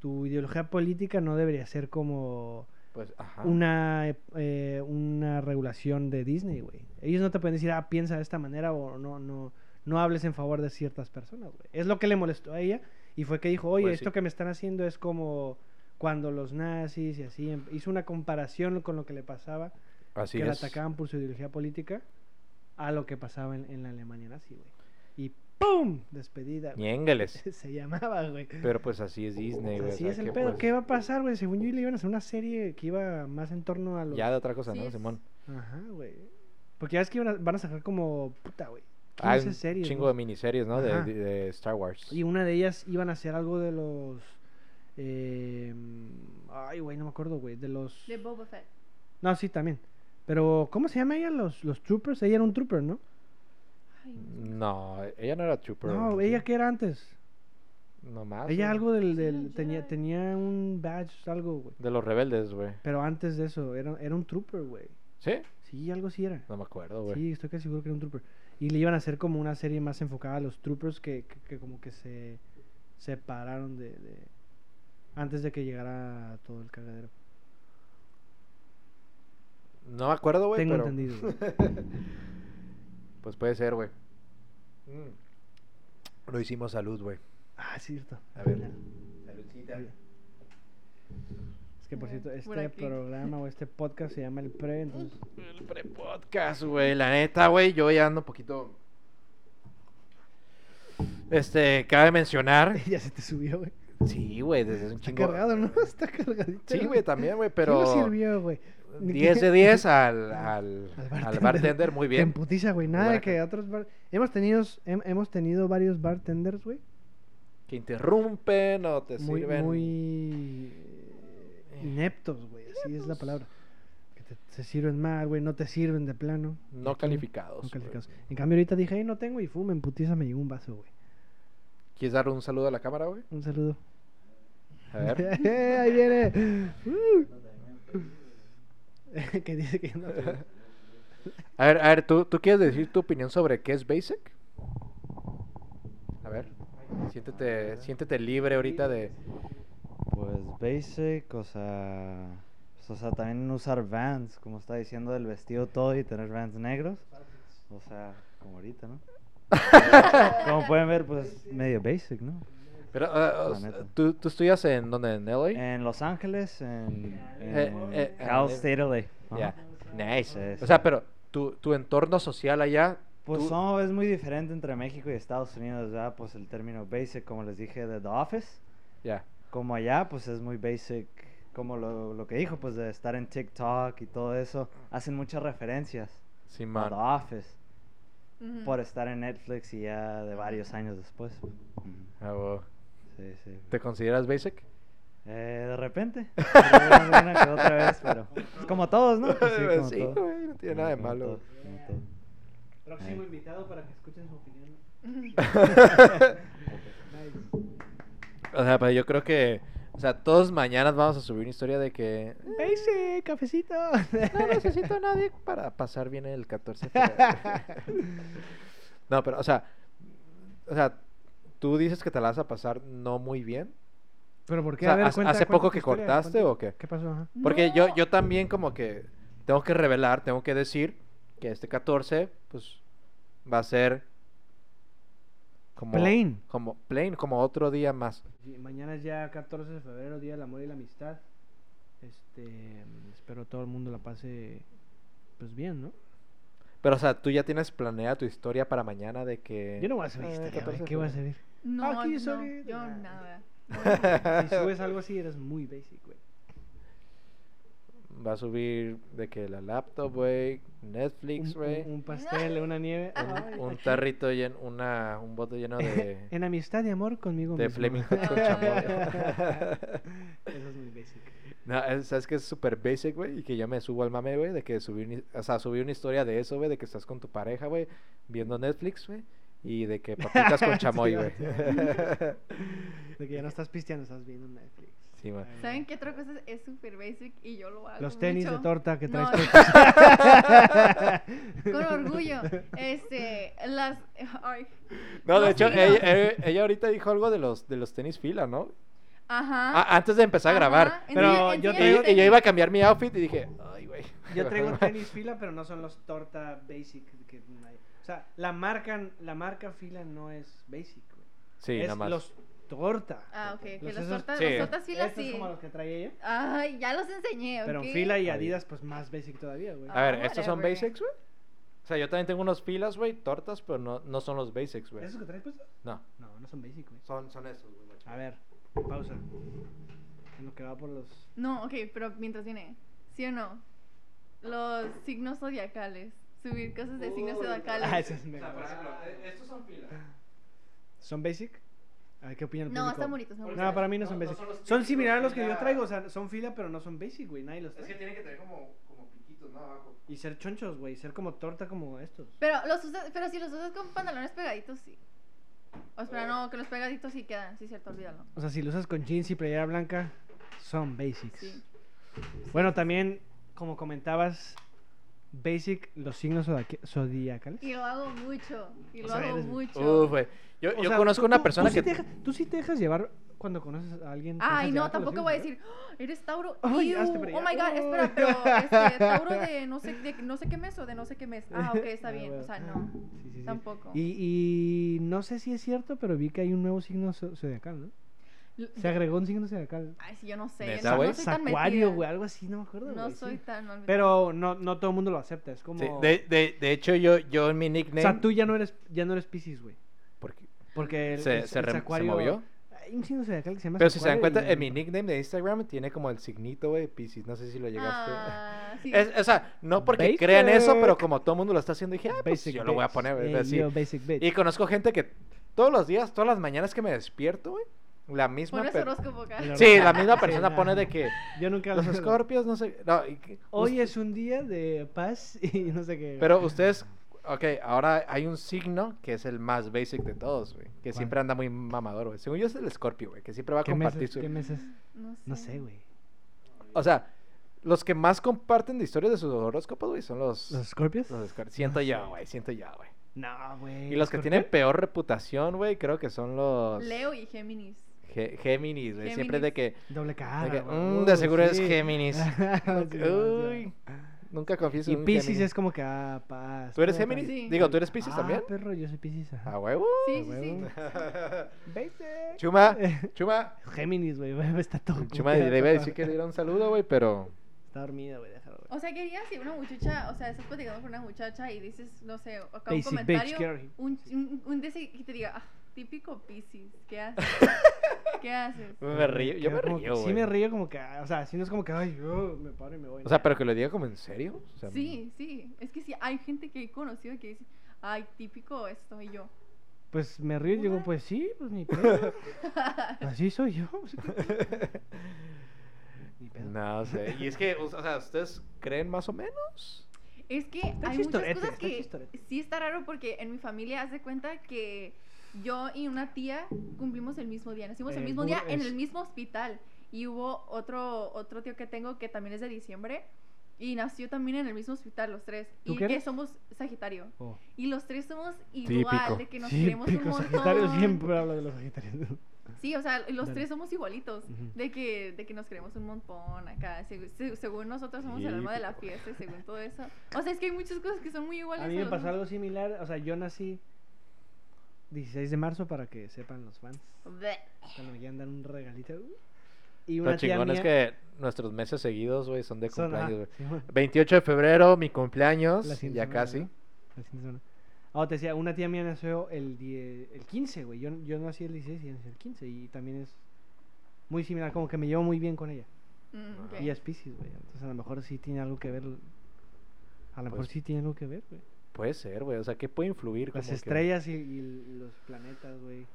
Tu ideología política no debería ser como Pues, ajá. una, eh, una regulación de Disney, güey. Ellos no te pueden decir, ah, piensa de esta manera o no, no, no hables en favor de ciertas personas, güey. Es lo que le molestó a ella y fue que dijo, oye, Pues sí. esto que me están haciendo es como cuando los nazis y así. em- Hizo una comparación con lo que le pasaba Así que la es. atacaban por su ideología política a lo que pasaba en, en la Alemania nazi, güey. Y ¡pum! Despedida. güey. Ñéngeles. Se llamaba, güey. Pero pues así es Disney, güey. o Así sea, es el que, pedo. pues, ¿Qué va a pasar, güey? Según yo, le iban a hacer una serie que iba más en torno a los... Ya de otra cosa, Sí, ¿no, es- Simón? Ajá, güey. Porque ya es que iban a- van a sacar como... Puta, güey. 15 Ah, un series. chingo ¿no? de miniseries, ¿no? De, Ajá. de- de Star Wars. Y una de ellas iban a hacer algo de los... eh, Ay, güey, no me acuerdo, güey. De los... De Boba Fett. No, sí, también. Pero, ¿cómo se llama ella? Los, los troopers. Ella era un trooper, ¿no? Ay, no. No, ella no era Trooper. No, ella que era antes. Nomás. Ella güey. algo del, del- Jedi. tenía, tenía un badge, algo, güey. De los rebeldes, güey. Pero antes de eso, era, era un trooper, güey. ¿Sí? Sí, algo sí era. No me acuerdo, güey. Sí, estoy casi seguro que era un trooper. Y le iban a hacer como una serie más enfocada a los troopers que, que, que como que se separaron de, de- Antes de que llegara todo el cagadero. No me acuerdo, güey. Tengo pero- entendido. güey. Pues puede ser, güey. Mm. Lo hicimos salud, güey. Ah, cierto. A ver. Mira, Saludcita. mira. Es que por Ah, cierto, por este aquí. programa o este podcast se llama El Pre, entonces El pre-podcast, güey. La neta, güey, yo ya ando un poquito. Este, cabe mencionar. ya se te subió, güey. Sí, güey, desde un Está chingo. cargado, ¿no? Está cargadito. Sí, güey, también, güey, ¿Quién lo pero. sirvió, güey? 10 de 10 al, al, Al al bartender. bartender. muy En bien. putiza, güey. Muy Nada de buena que gente. otros bar- hemos tenido hem- hemos tenido varios bartenders, güey. Que interrumpen o te Muy sirven. muy eh, ineptos, güey, así es la palabra. Que te, se sirven mal, güey, no te sirven de plano. No Aquí, calificados. No güey. calificados. En cambio ahorita dije, "Ey, no tengo" y fum, en putiza me llegó un vaso, güey. ¿Quieres dar un saludo a la cámara, güey? Un saludo. A ver. ¡Eh, Ahí viene. Uh. que dice que no. pero- A ver, a ver, ¿tú, ¿tú quieres decir tu opinión sobre qué es Basic? A ver. Siéntete, siéntete libre ahorita de. Pues basic, o sea, pues, o sea, también usar Vans, como está diciendo del vestido todo y tener Vans negros. O sea, como ahorita, ¿no? como pueden ver, pues medio basic, ¿no? Pero, ah, ah, La neta. Eh, ¿tú, ¿tú estudias en dónde? ¿En LA? En Los Ángeles, en, Eh, en eh, Cal eh, State LA. Ya. ajá. Nice. Sí, O sea, sí. pero tu, tu entorno social allá. Pues tú- no, es muy diferente entre México y Estados Unidos, ya pues el término basic, como les dije, de The Office. Ya. Como allá, pues es muy basic, como lo, lo que dijo, pues de estar en TikTok y todo eso. Hacen muchas referencias a Simón. The Office Ujú. por estar en Netflix y ya de varios años después. Ujú. Ah, huevo. Sí, sí. ¿Te consideras Basic? Eh, de repente. Una que otra vez, pero. es como todos, ¿no? Pues como Sí, todo. güey, no tiene nada de como malo. todo, como todo. Próximo Eh. invitado para que escuchen su opinión. o sea, pero yo creo que. O sea, todos mañanas vamos a subir una historia de que. Ese cafecito. No necesito a nadie para pasar bien el 14 de febrero". No, pero, o sea. O sea, tú dices que te la vas a pasar no muy bien. Pero ¿por qué? O sea, A ver, ¿hace- cuenta- hace cuenta poco tu que historia, cortaste cuenta- o qué? ¿Qué pasó? Ajá. Porque yo, No. yo también como que tengo que revelar, tengo que decir que este 14, pues, va a ser como... Plain. Como plain, como otro día más. Sí, Mañana es ya 14 de febrero, Día del Amor y la Amistad. Este, espero todo el mundo la pase pues bien, ¿no? Pero, o sea, tú ya tienes planeada tu historia para mañana de que... Yo no voy a subir Eh, historia, güey, 14 de ¿qué voy a febrero. subir? No, Aquí no, soy- yo Ah. nada. Si subes algo así eres muy basic, güey. Va a subir de que la laptop, güey, Un, Netflix, güey, un- un pastel, una nieve. ay, un, un aquí. tarrito lleno, una, un bote lleno de, En amistad y amor conmigo de mismo. Fleming Hot con chamoy. Eso es muy basic. No, es- sabes que es súper basic, güey, y que yo me subo al mame, güey, de que subir, ni- o sea, subir una historia de eso, güey, de que estás con tu pareja, güey, viendo Netflix, güey, y de que papitas con chamoy, Sí, güey. De que ya no estás pisteando, estás viendo Netflix. Sí, güey. Ay, ¿Saben qué otra cosa es- es super basic y yo lo hago? Los tenis de mucho? torta que traes No, puestos. Con orgullo. Este, las. Ay. No, de Los hecho, fila. ella, ella- ella ahorita dijo algo de los, de los tenis fila, ¿no? Ajá. Ah, antes de empezar a Ajá, grabar. enseña- Pero enseña yo Y- los traigo- Y, yo tenis. iba a cambiar mi outfit y dije, ay, güey. Yo traigo tenis fila, pero no son los torta basic. Que nadie- o sea, la marca, la marca fila no es basic, güey. Sí, es nada más. los torta. Ah, ok. Que Los las esos- tortas, Sí. las tortas filas Estos sí. como los que trae ella. Ay, ya los enseñé, Pero en ¿ok? fila y Ahí. Ah, Adidas, pues más basic todavía, güey. A ver, ¿estos son whatever. basics, güey? O sea, yo también tengo unos filas, güey, tortas, pero no, no son los basics, güey. ¿Esos que traes puestos? No, No, no son basic, güey. son, son esos, güey. macho. A ver, pausa. En lo que va por los. No, ok, pero mientras viene. ¿Sí o no? Los signos zodiacales. Subir cosas de signos zodiacales. Ah, esos es mega basic. eh, estos son filas. ¿Son basic? A ver, ¿qué opinan? No, están bonitos, me No, gustan. para mí no son No, no basic. son los Son típicos similares a los que que yo ya- traigo, o sea, son fila, pero no son basic, güey. Nadie los trae. tienen que tener como, como piquitos, ¿no? Abajo. Y ser chonchos, güey. Ser como torta como estos. Pero, los usas, pero si los usas con pantalones pegaditos, sí. O Oh. espera, no, que los pegaditos sí quedan. Sí, cierto, olvídalo. O sea, si lo usas con jeans y playera blanca, son basics. Sí. Bueno, también, como comentabas, basic, los signos zodiaca- zodiacales. Y lo hago mucho. Y O lo sea, hago eres- mucho. Uf, Ah, güey. Yo, O yo sea, conozco tú- una tú- persona tú que. Sí te deja- tú sí te dejas llevar cuando conoces a alguien. Ay, piensas no, llegar con los tampoco mismos, voy a ¿verdad? decir, "Oh, eres Tauro. Ay, Iu, hazte para oh allá. my god, Uy. espera, pero este, Tauro de no sé, de no sé qué mes o de no sé qué mes. Ah, ok, está Ah, bien. bueno. O sea, no, Sí, sí, sí. tampoco. Y, y no sé si es cierto, pero vi que hay un nuevo signo zo- zodiacal, ¿no? L- Se agregó un signo zodiacal. Ay, sí, yo no sé. ¿Neta, no, güey? no soy tan Acuario, metida. güey, algo así, no me acuerdo. No güey, sí. soy tan. no- Pero no, no todo el mundo lo acepta, es como... Sí, de, de, de hecho, yo, yo en mi O nickname. sea, tú ya no eres, ya no eres Pisces, güey. ¿Por qué? Porque el, se, el- se el rem- se Sacuario- movió. Hay un signo zodiacal que se llama Pero si se dan Sacuario cuenta, y- en mi nickname de Instagram tiene como el signito, güey, Pisces. No sé si lo llegaste. Ah, sí. Es- o sea, no porque crean eso, pero Basic. como todo el mundo lo está haciendo, dije, ah, pues Basic yo lo voy a bitch. poner, güey, Ey, así. yo, basic bitch. Y conozco gente que todos los días, todas las mañanas que me despierto, güey, la misma. Pones per- horóscopo acá. El Sí, la misma Sí, persona no, pone no. de que Yo nunca los lo- escorpios, no sé. No, y que- Hoy es un día de paz y no sé qué. güey. Pero ustedes, ok, ahora hay un signo que es el más basic de todos, güey. Que ¿Cuál? siempre anda muy mamador, güey. Según yo es el escorpio, güey, que siempre va a ¿Qué meses, compartir su... qué meses? No sé, güey. O sea, los que más comparten de historias de sus horóscopos, güey, son los... ¿Los Scorpios? los escorpios. Siento yo, güey, siento yo, güey. No, güey. Y los que tienen peor reputación, güey, creo que son los... Leo y Géminis. Ge- Géminis, güey. Siempre de que... Doble de, cara. que, güey. "Mm, Uh, de seguro sí. es Géminis. Sí, sí, sí. Uy, nunca confieso Y Pisces es como que, ah, paz. ¿Tú eres todo Géminis? Sí. Digo, ¿tú eres Pisces Ah, también? Ah, perro, yo soy Pisces. ajá. A huevo. Sí, sí, sí. Basic. Chuma, Chuma. Géminis, güey, güey, está todo. Chuma le iba a decir que le diera un saludo, güey, pero. Está dormido, güey, déjalo, güey. O sea, quería si una muchacha, o sea, estás platicando con una muchacha y dices, no sé, acá Basic un bitch, comentario, Carrie. un, un, un de ese que te diga, "Ah, típico Pisces, ¿qué haces? ¿Qué haces? Me río, yo me Como- río, güey. Sí me río como que, ah, o sea, si no es como que, ay, yo me paro y me voy. O sea, pero que lo diga como en serio. o sea, Sí, sí, es que sí, hay gente que he conocido que dice, ay, típico esto, y yo, Pues me río y digo, pues sí, pues ni pedo. Así soy yo. ni pedo. No sé. Y es que, o sea, ¿ustedes creen más o menos? es que Está hay muchas chistorete, cosas está que chistorete. sí está raro porque en mi familia haz de cuenta que yo y una tía cumplimos el mismo día, nacimos el Eh, mismo bu- día en es- el mismo hospital y hubo otro otro tío que tengo que también es de diciembre y nació también en el mismo hospital los tres ¿Tú y qué que eres? somos Sagitario Oh. y los tres somos igual Típico. de que nos Sí, queremos un pico, Sagitario montón. siempre habla de los Sagitarios. Sí, o sea, los Dale. tres somos igualitos. Ujú. De que, de que nos creemos un montón acá. se- se- según nosotros somos el alma de la Híjole. fiesta y según todo eso. O sea, es que hay muchas cosas que son muy iguales. A mí a me los pasó dos. algo similar, o sea, yo nací 16 de marzo para que sepan los fans. Bleh. Cuando me quieran dar un regalito. uh, Y Lo una tía chingón es mía- que nuestros meses seguidos, güey, son de son- ajá, cumpleaños, güey. sí, bueno, 28 de febrero, mi cumpleaños. La siguiente Ya semana, casi. ¿no? la siguiente semana. Ah, te decía, una tía mía nació el, die- el 15, güey. Yo, yo nací el 16 y ella nació el 15. Y también es muy similar, como que me llevo muy bien con ella. Mm, ok. Ah. Y es Pisces, güey. Entonces a lo mejor sí tiene algo que ver. A lo mejor Pues- sí tiene algo que ver, güey. Puede ser, güey. O sea, ¿qué puede influir? Las Como que- estrellas y, y los planetas, güey.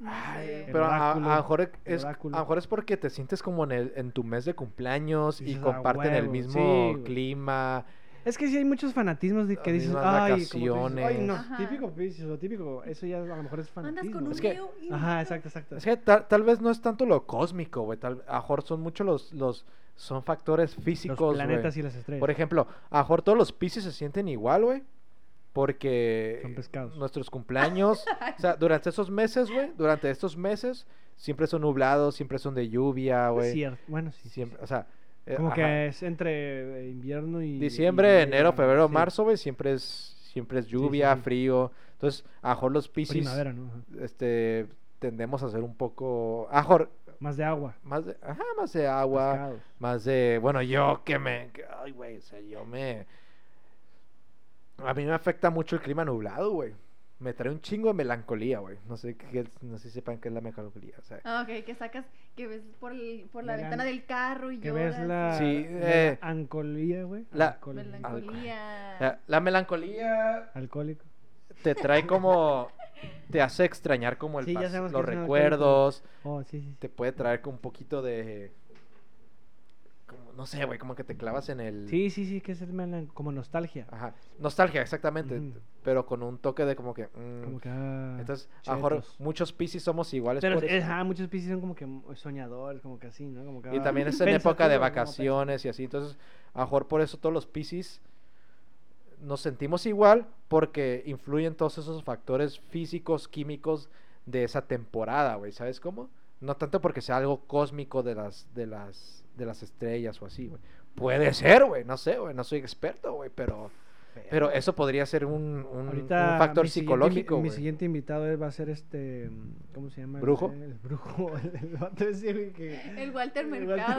No Ay, sé. pero a- a- a, lo oráculo, mejor el es, a lo oráculo. mejor es porque te sientes como en, el, en tu mes de cumpleaños y Dices, "Ah, comparten el huevo". mismo Sí, güey. clima. Es que sí hay muchos fanatismos de que Las dices, mismas ay, como tú dices, ay, no, vacaciones. típico Pisces o típico. Eso ya a lo mejor es Andas fanatismo. con un Es que- Leo y un Ajá, Leo. exacto, exacto. Es que tal, tal vez no es tanto lo cósmico, güey. Tal, a lo mejor son muchos los, los. Son factores físicos, los güey. planetas y las estrellas. Por ejemplo, a lo mejor todos los piscis se sienten igual, güey. Porque Son pescados. nuestros cumpleaños, o sea, durante esos meses, güey, durante estos meses, siempre son nublados, siempre son de lluvia, Es güey. cierto. Bueno, sí. sí, Siempre, sí. o sea, eh, Como ajá. que es entre eh, invierno y. Diciembre, y- enero, febrero, sí. marzo, güey, siempre es, siempre es sí, lluvia, sí. frío. Entonces, a lo mejor los piscis, Primavera, ¿no? Ajá. este, tendemos a ser un poco, a lo mejor, Más de agua. más de, ajá, más de agua, pescados. más de, bueno, yo que me, que- ay, güey, o sea, yo me, a mí me afecta mucho el clima nublado, güey. Me trae un chingo de melancolía, güey. No sé qué, no sé si sepan qué es la melancolía, o sea. Ah, ok, que sacas, que ves por, el- por la Melan- ventana del carro y Que lloras. ves la. Sí, la eh, Ancolía, güey. la- Alcohol- Melancolía. o sea, la melancolía Alcohólico. te trae como te hace extrañar como el Sí, ya pas- sabemos que los es un recuerdos Oh, sí, sí. sí. te puede traer como un poquito de como, no sé güey como que te clavas en el Sí, sí, sí, que es el melan- como nostalgia. ajá nostalgia exactamente Ujú. pero con un toque de como que mm, Como que. ah, entonces a lo mejor chetos. muchos piscis somos iguales Pero por es- eso. ajá, muchos piscis son como que m- soñadores, como que así, ¿no? Como que, y ah, también es en pensa época de todo, no, pensa. vacaciones y así entonces a lo mejor por eso todos los piscis nos sentimos igual porque influyen todos esos factores físicos químicos de esa temporada güey sabes cómo No tanto porque sea algo cósmico de las, de las, de las estrellas o así, güey. Puede ser, güey, no sé, güey, no soy experto, güey, pero, pero eso podría ser un, un- un Ahorita factor mi siguiente psicológico, invi- Mi güey. siguiente invitado es- va a ser este. ¿Cómo se llama? ¿Brujo? El, el brujo. El, el vato ese, güey, que- El Walter el Mercado.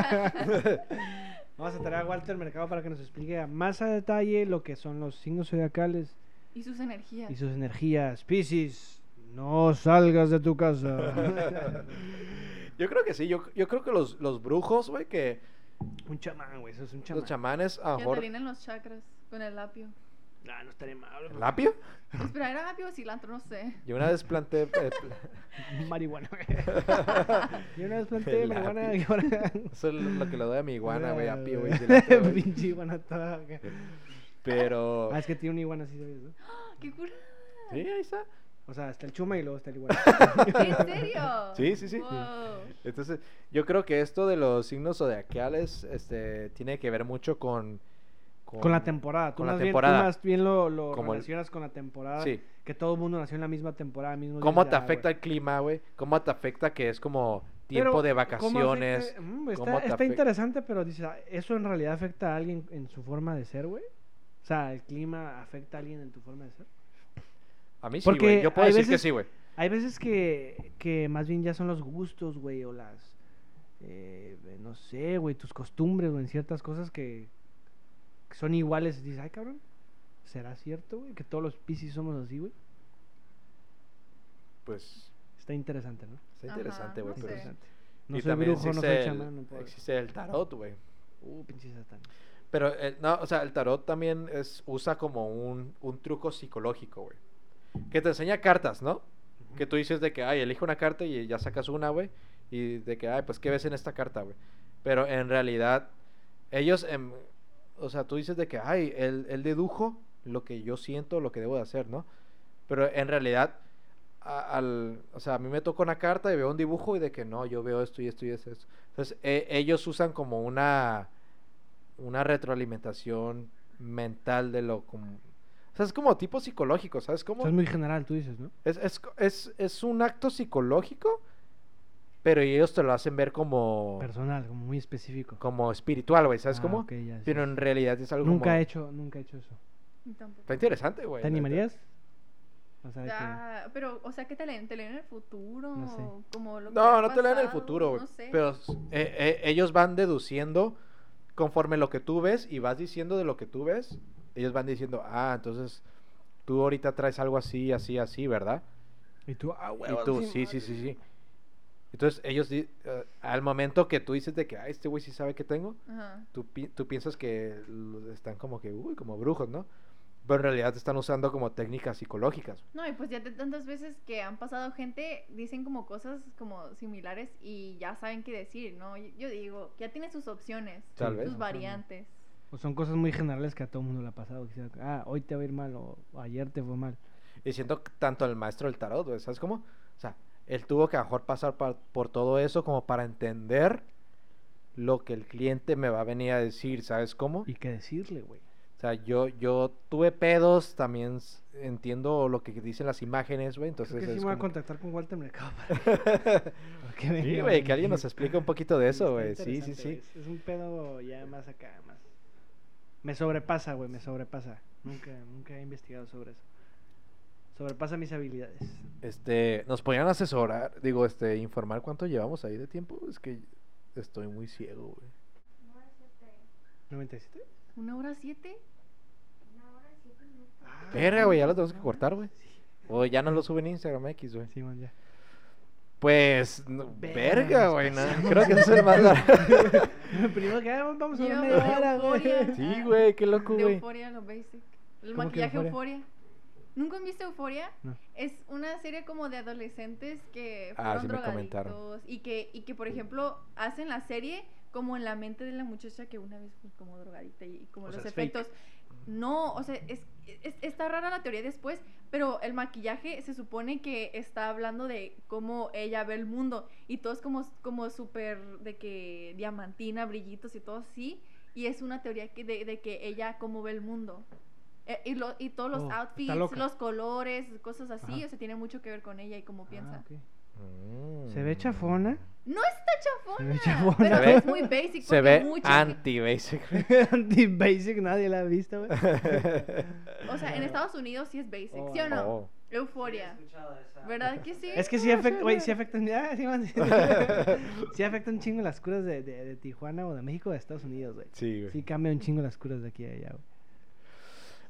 Vamos a traer a Walter Mercado para que nos explique a más a detalle lo que son los signos zodiacales y sus energías. y sus energías. Piscis, no salgas de tu casa. Yo creo que sí, yo, yo creo que los, los brujos, güey, que un chamán, güey, eso es un chamán. los chamanes a lo que mejor... alinean los chakras con el apio. Ah, no estaría mal. güey. ¿Lapio? Espera, ¿era apio o cilantro? No sé. Yo una vez planté... eh, pla- Marihuana, güey. Yo una vez planté El marihuana. apio. y ahora- Eso es lo que le doy a mi iguana, güey, a pie, güey. Ah, cilantro, güey. Oh. Pinche iguana toda. acá. Pero... Ah, es que tiene una iguana así, ¿sabías? no? ¡Qué cura! Sí, ahí está. O sea, está el chuma y luego está el iguana. ¿En serio? Sí, sí, sí. Wow. Entonces, yo creo que esto de los signos zodiacales este, tiene que ver mucho con... Con la temporada. Tú con la más bien- tú temporada. más bien lo, lo Como el- relacionas con la temporada. Sí. Que todo el mundo nació en la misma temporada. mismo día, ¿Cómo ya, te afecta güey. el clima, güey? ¿Cómo te afecta que es como tiempo Pero, de ¿cómo vacaciones? afecta? Mm, está ¿Cómo te está afecta? interesante, pero dices, ah, ¿eso en realidad afecta a alguien en su forma de ser, güey? O sea, ¿el clima afecta a alguien en tu forma de ser? A mí sí, Porque güey. Yo puedo hay decir que veces- sí, güey. Hay veces que, que más bien ya son los gustos, güey, o las... eh, no sé, güey, tus costumbres, güey, en ciertas cosas que, que son iguales. Dices, ay, cabrón, ¿será cierto, güey? Que todos los piscis somos así, güey. Pues Está interesante, ¿no? está Ajá, interesante, güey. no pero- sé. Interesante. No y soy también brujo, no existe soy el- chamán, no puedo. Existe el tarot, güey. Uh, pinche satán. Pero, eh, no, o sea, el tarot también es, usa como un, un truco psicológico, güey. Que te enseña cartas, ¿no? Que tú dices de que, ay, elige una carta y ya sacas una, güey. Y de que, ay, pues, ¿qué ves en esta carta, güey? Pero en realidad, ellos, em, o sea, tú dices de que, ay, él, él dedujo lo que yo siento, lo que debo de hacer, ¿no? Pero en realidad, a- al, o sea, a mí me toca una carta y veo un dibujo y de que, no, yo veo esto y esto y esto. y esto". Entonces, e- ellos usan como una, una retroalimentación mental de lo... como- o sea, es como tipo psicológico, ¿sabes? Como... Eso es muy general, tú dices, ¿no? Es, es, co- es- es un acto psicológico, pero ellos te lo hacen ver como, Personal, como muy específico. como espiritual, güey, ¿sabes Ah, cómo? ok, ya, sí, Pero sí. en realidad es algo Nunca como- he hecho, nunca he hecho eso. Ni tampoco. Está interesante, güey. ¿Te la neta. animarías? O sea, de que- Ah, pero, o sea, que te leen, te leen el futuro. No sé. o Como lo que No, ha no te leen el pasado, futuro, güey. No sé. Pero s- eh, eh, ellos van deduciendo conforme lo que tú ves y vas diciendo de lo que tú ves. Ellos van diciendo, ah, entonces tú ahorita traes algo así, así, así, ¿verdad? Y tú, ah, Y huevo, tú, sí, sí, madre. sí, sí, sí. Entonces ellos, di- eh, al momento que tú dices de que, ah, este güey sí sabe que tengo, Ajá. tú, pi- tú piensas que los están como que, uy, como brujos, ¿no? Pero en realidad están usando como técnicas psicológicas. No, y pues ya de tantas veces que han pasado gente, dicen como cosas como similares y ya saben qué decir, ¿no? Yo yo digo, ya tiene sus opciones, Tal Sí, vez. sus ajá. variantes. O son cosas muy generales que a todo el mundo le ha pasado. que sea, ah, hoy te va a ir mal o ayer te fue mal. Y siento que tanto el maestro del tarot, güey, ¿sabes cómo? O sea, él tuvo que a lo mejor pasar pa- por todo eso como para entender lo que el cliente me va a venir a decir, ¿sabes cómo? Y qué decirle, güey. O sea, yo, yo tuve pedos, también s- entiendo lo que dicen las imágenes, güey, Creo entonces... que sí me es voy a como- contactar con Walter Mercado para para que Sí, venga, güey, que alguien nos explique un poquito de eso, Está güey. Sí, sí, interesante, sí. güey. Es- Es un pedo ya más acá, más. Me sobrepasa, güey, me sobrepasa. Nunca, nunca he investigado sobre eso. Sobrepasa mis habilidades. Este, nos podían asesorar, digo, este, informar cuánto llevamos ahí de tiempo. Es que estoy muy ciego, güey. 97. ¿Una hora siete? Verga, güey, ya lo tenemos que cortar, güey. O ya no lo suben en Instagram X, güey. Simón, ya. Pues, no- Verga, verga, nos güey. no, pasamos. creo que eso es el más largo. Primero que ah, vamos a Yo una me media hora, güey. euforia. Sí, güey, qué loco, De güey. Euforia, lo basic. ¿Cómo El que maquillaje Euphoria? euforia. ¿Nunca han visto Euforia? No. Es una serie como de adolescentes que Ah, fueron sí me comentaron. drogadictos y que, y que, por ejemplo, hacen la serie como en la mente de la muchacha que una vez fue como drogadicta y como O los sea, es fake. efectos. No, o sea, es, es- está rara la teoría después, pero el maquillaje se supone que está hablando de cómo ella ve el mundo y todo es como, como súper de que diamantina, brillitos y todo así. Y es una teoría que de, de que ella cómo ve el mundo. Eh, y, lo- y todos los Oh, está outfits, loca. los colores, cosas así, Ajá. o sea, tiene mucho que ver con ella y cómo piensa. Ah, ok. Mm. Se ve chafona. No está chafona. Se ve chafona. Pero Se ve- es muy Se basic. porque ve mucha gente- anti-basic. Anti-basic, nadie la ha visto, güey. O sea, en Estados Unidos sí es basic. Oh, ¿Sí o no? Oh. Euforia. He escuchado esa. ¿Verdad que sí? Es que sí afecta, güey, sí afecta, ah, sí, man, sí, sí afecta un chingo las curas de, de- de Tijuana o de México o de Estados Unidos, güey. Sí, güey. Sí cambia un chingo las curas de aquí a allá, güey.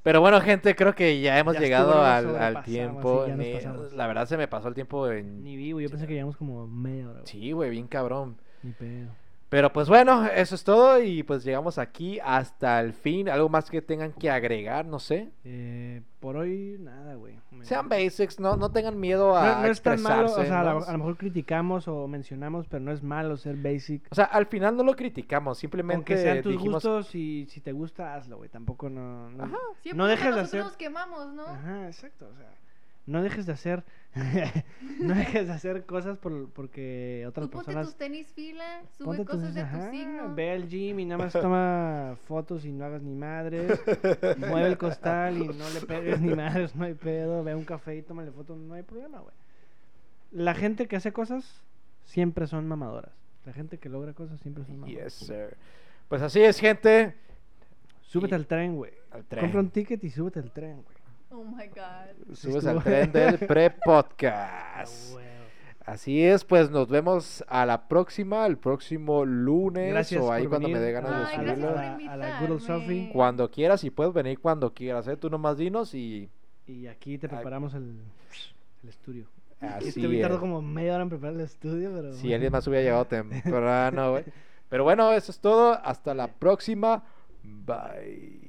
Pero bueno, gente, creo que ya hemos Ya llegado estuvo, ya al, nos al sobrepasamos, tiempo. sí, ya nos ni- pasamos. la verdad se me pasó el tiempo en... Ni vivo, yo pensé que llevamos como media hora, güey. Mm. Sí, güey, bien cabrón. Ni pedo. Pero pues bueno, eso es todo y pues llegamos aquí hasta el fin. Algo más que tengan que agregar, no sé. Eh, por hoy, nada, güey. pues, Me- Sean basics, no, no tengan miedo a No, no es tan malo, o expresarse, sea, a, ¿no? lo, a lo mejor criticamos o mencionamos, pero no es malo ser basic. O sea, al final no lo criticamos, simplemente Aunque sean tus dijimos... gustos y si te gusta, hazlo, güey. Tampoco no... no- Siempre No dejes de nosotros hacer- nos quemamos, ¿no? Ajá, exacto. O sea, no dejes de hacer... no dejes de hacer cosas por, porque otras Tú ponte personas... tus tenis fila, sube Ponte tus- cosas de ajá, tu signo. Ve al gym y nada más toma fotos y no hagas ni madres. Mueve el costal y no le pegues ni madres, no hay pedo. Ve a un café y tómale fotos, no hay problema, güey. La gente que hace cosas siempre son mamadoras. La gente que logra cosas siempre son mamadoras. Yes, sir. Pues así es, gente. Súbete Y- al tren, güey. Al tren. Pues, Compra un ticket y súbete al tren, güey. Oh my god. Subes estuvo. al tren del Ah, pre-podcast. huevo. Así es, pues nos vemos a la próxima, el próximo lunes Gracias o ahí por cuando me venir dé a ganas la- de Ay, gracias subirlo. por A la Good Old invitarme. Sophie. Cuando quieras y puedes venir cuando quieras, ¿eh? Tú nomás dinos y Y aquí te Ay. preparamos el, el estudio. así Este güey es. tardó como media hora en preparar el estudio, pero... Si alguien más hubiera llegado temprano, güey. Pero bueno, eso es todo. Hasta la próxima. Bye.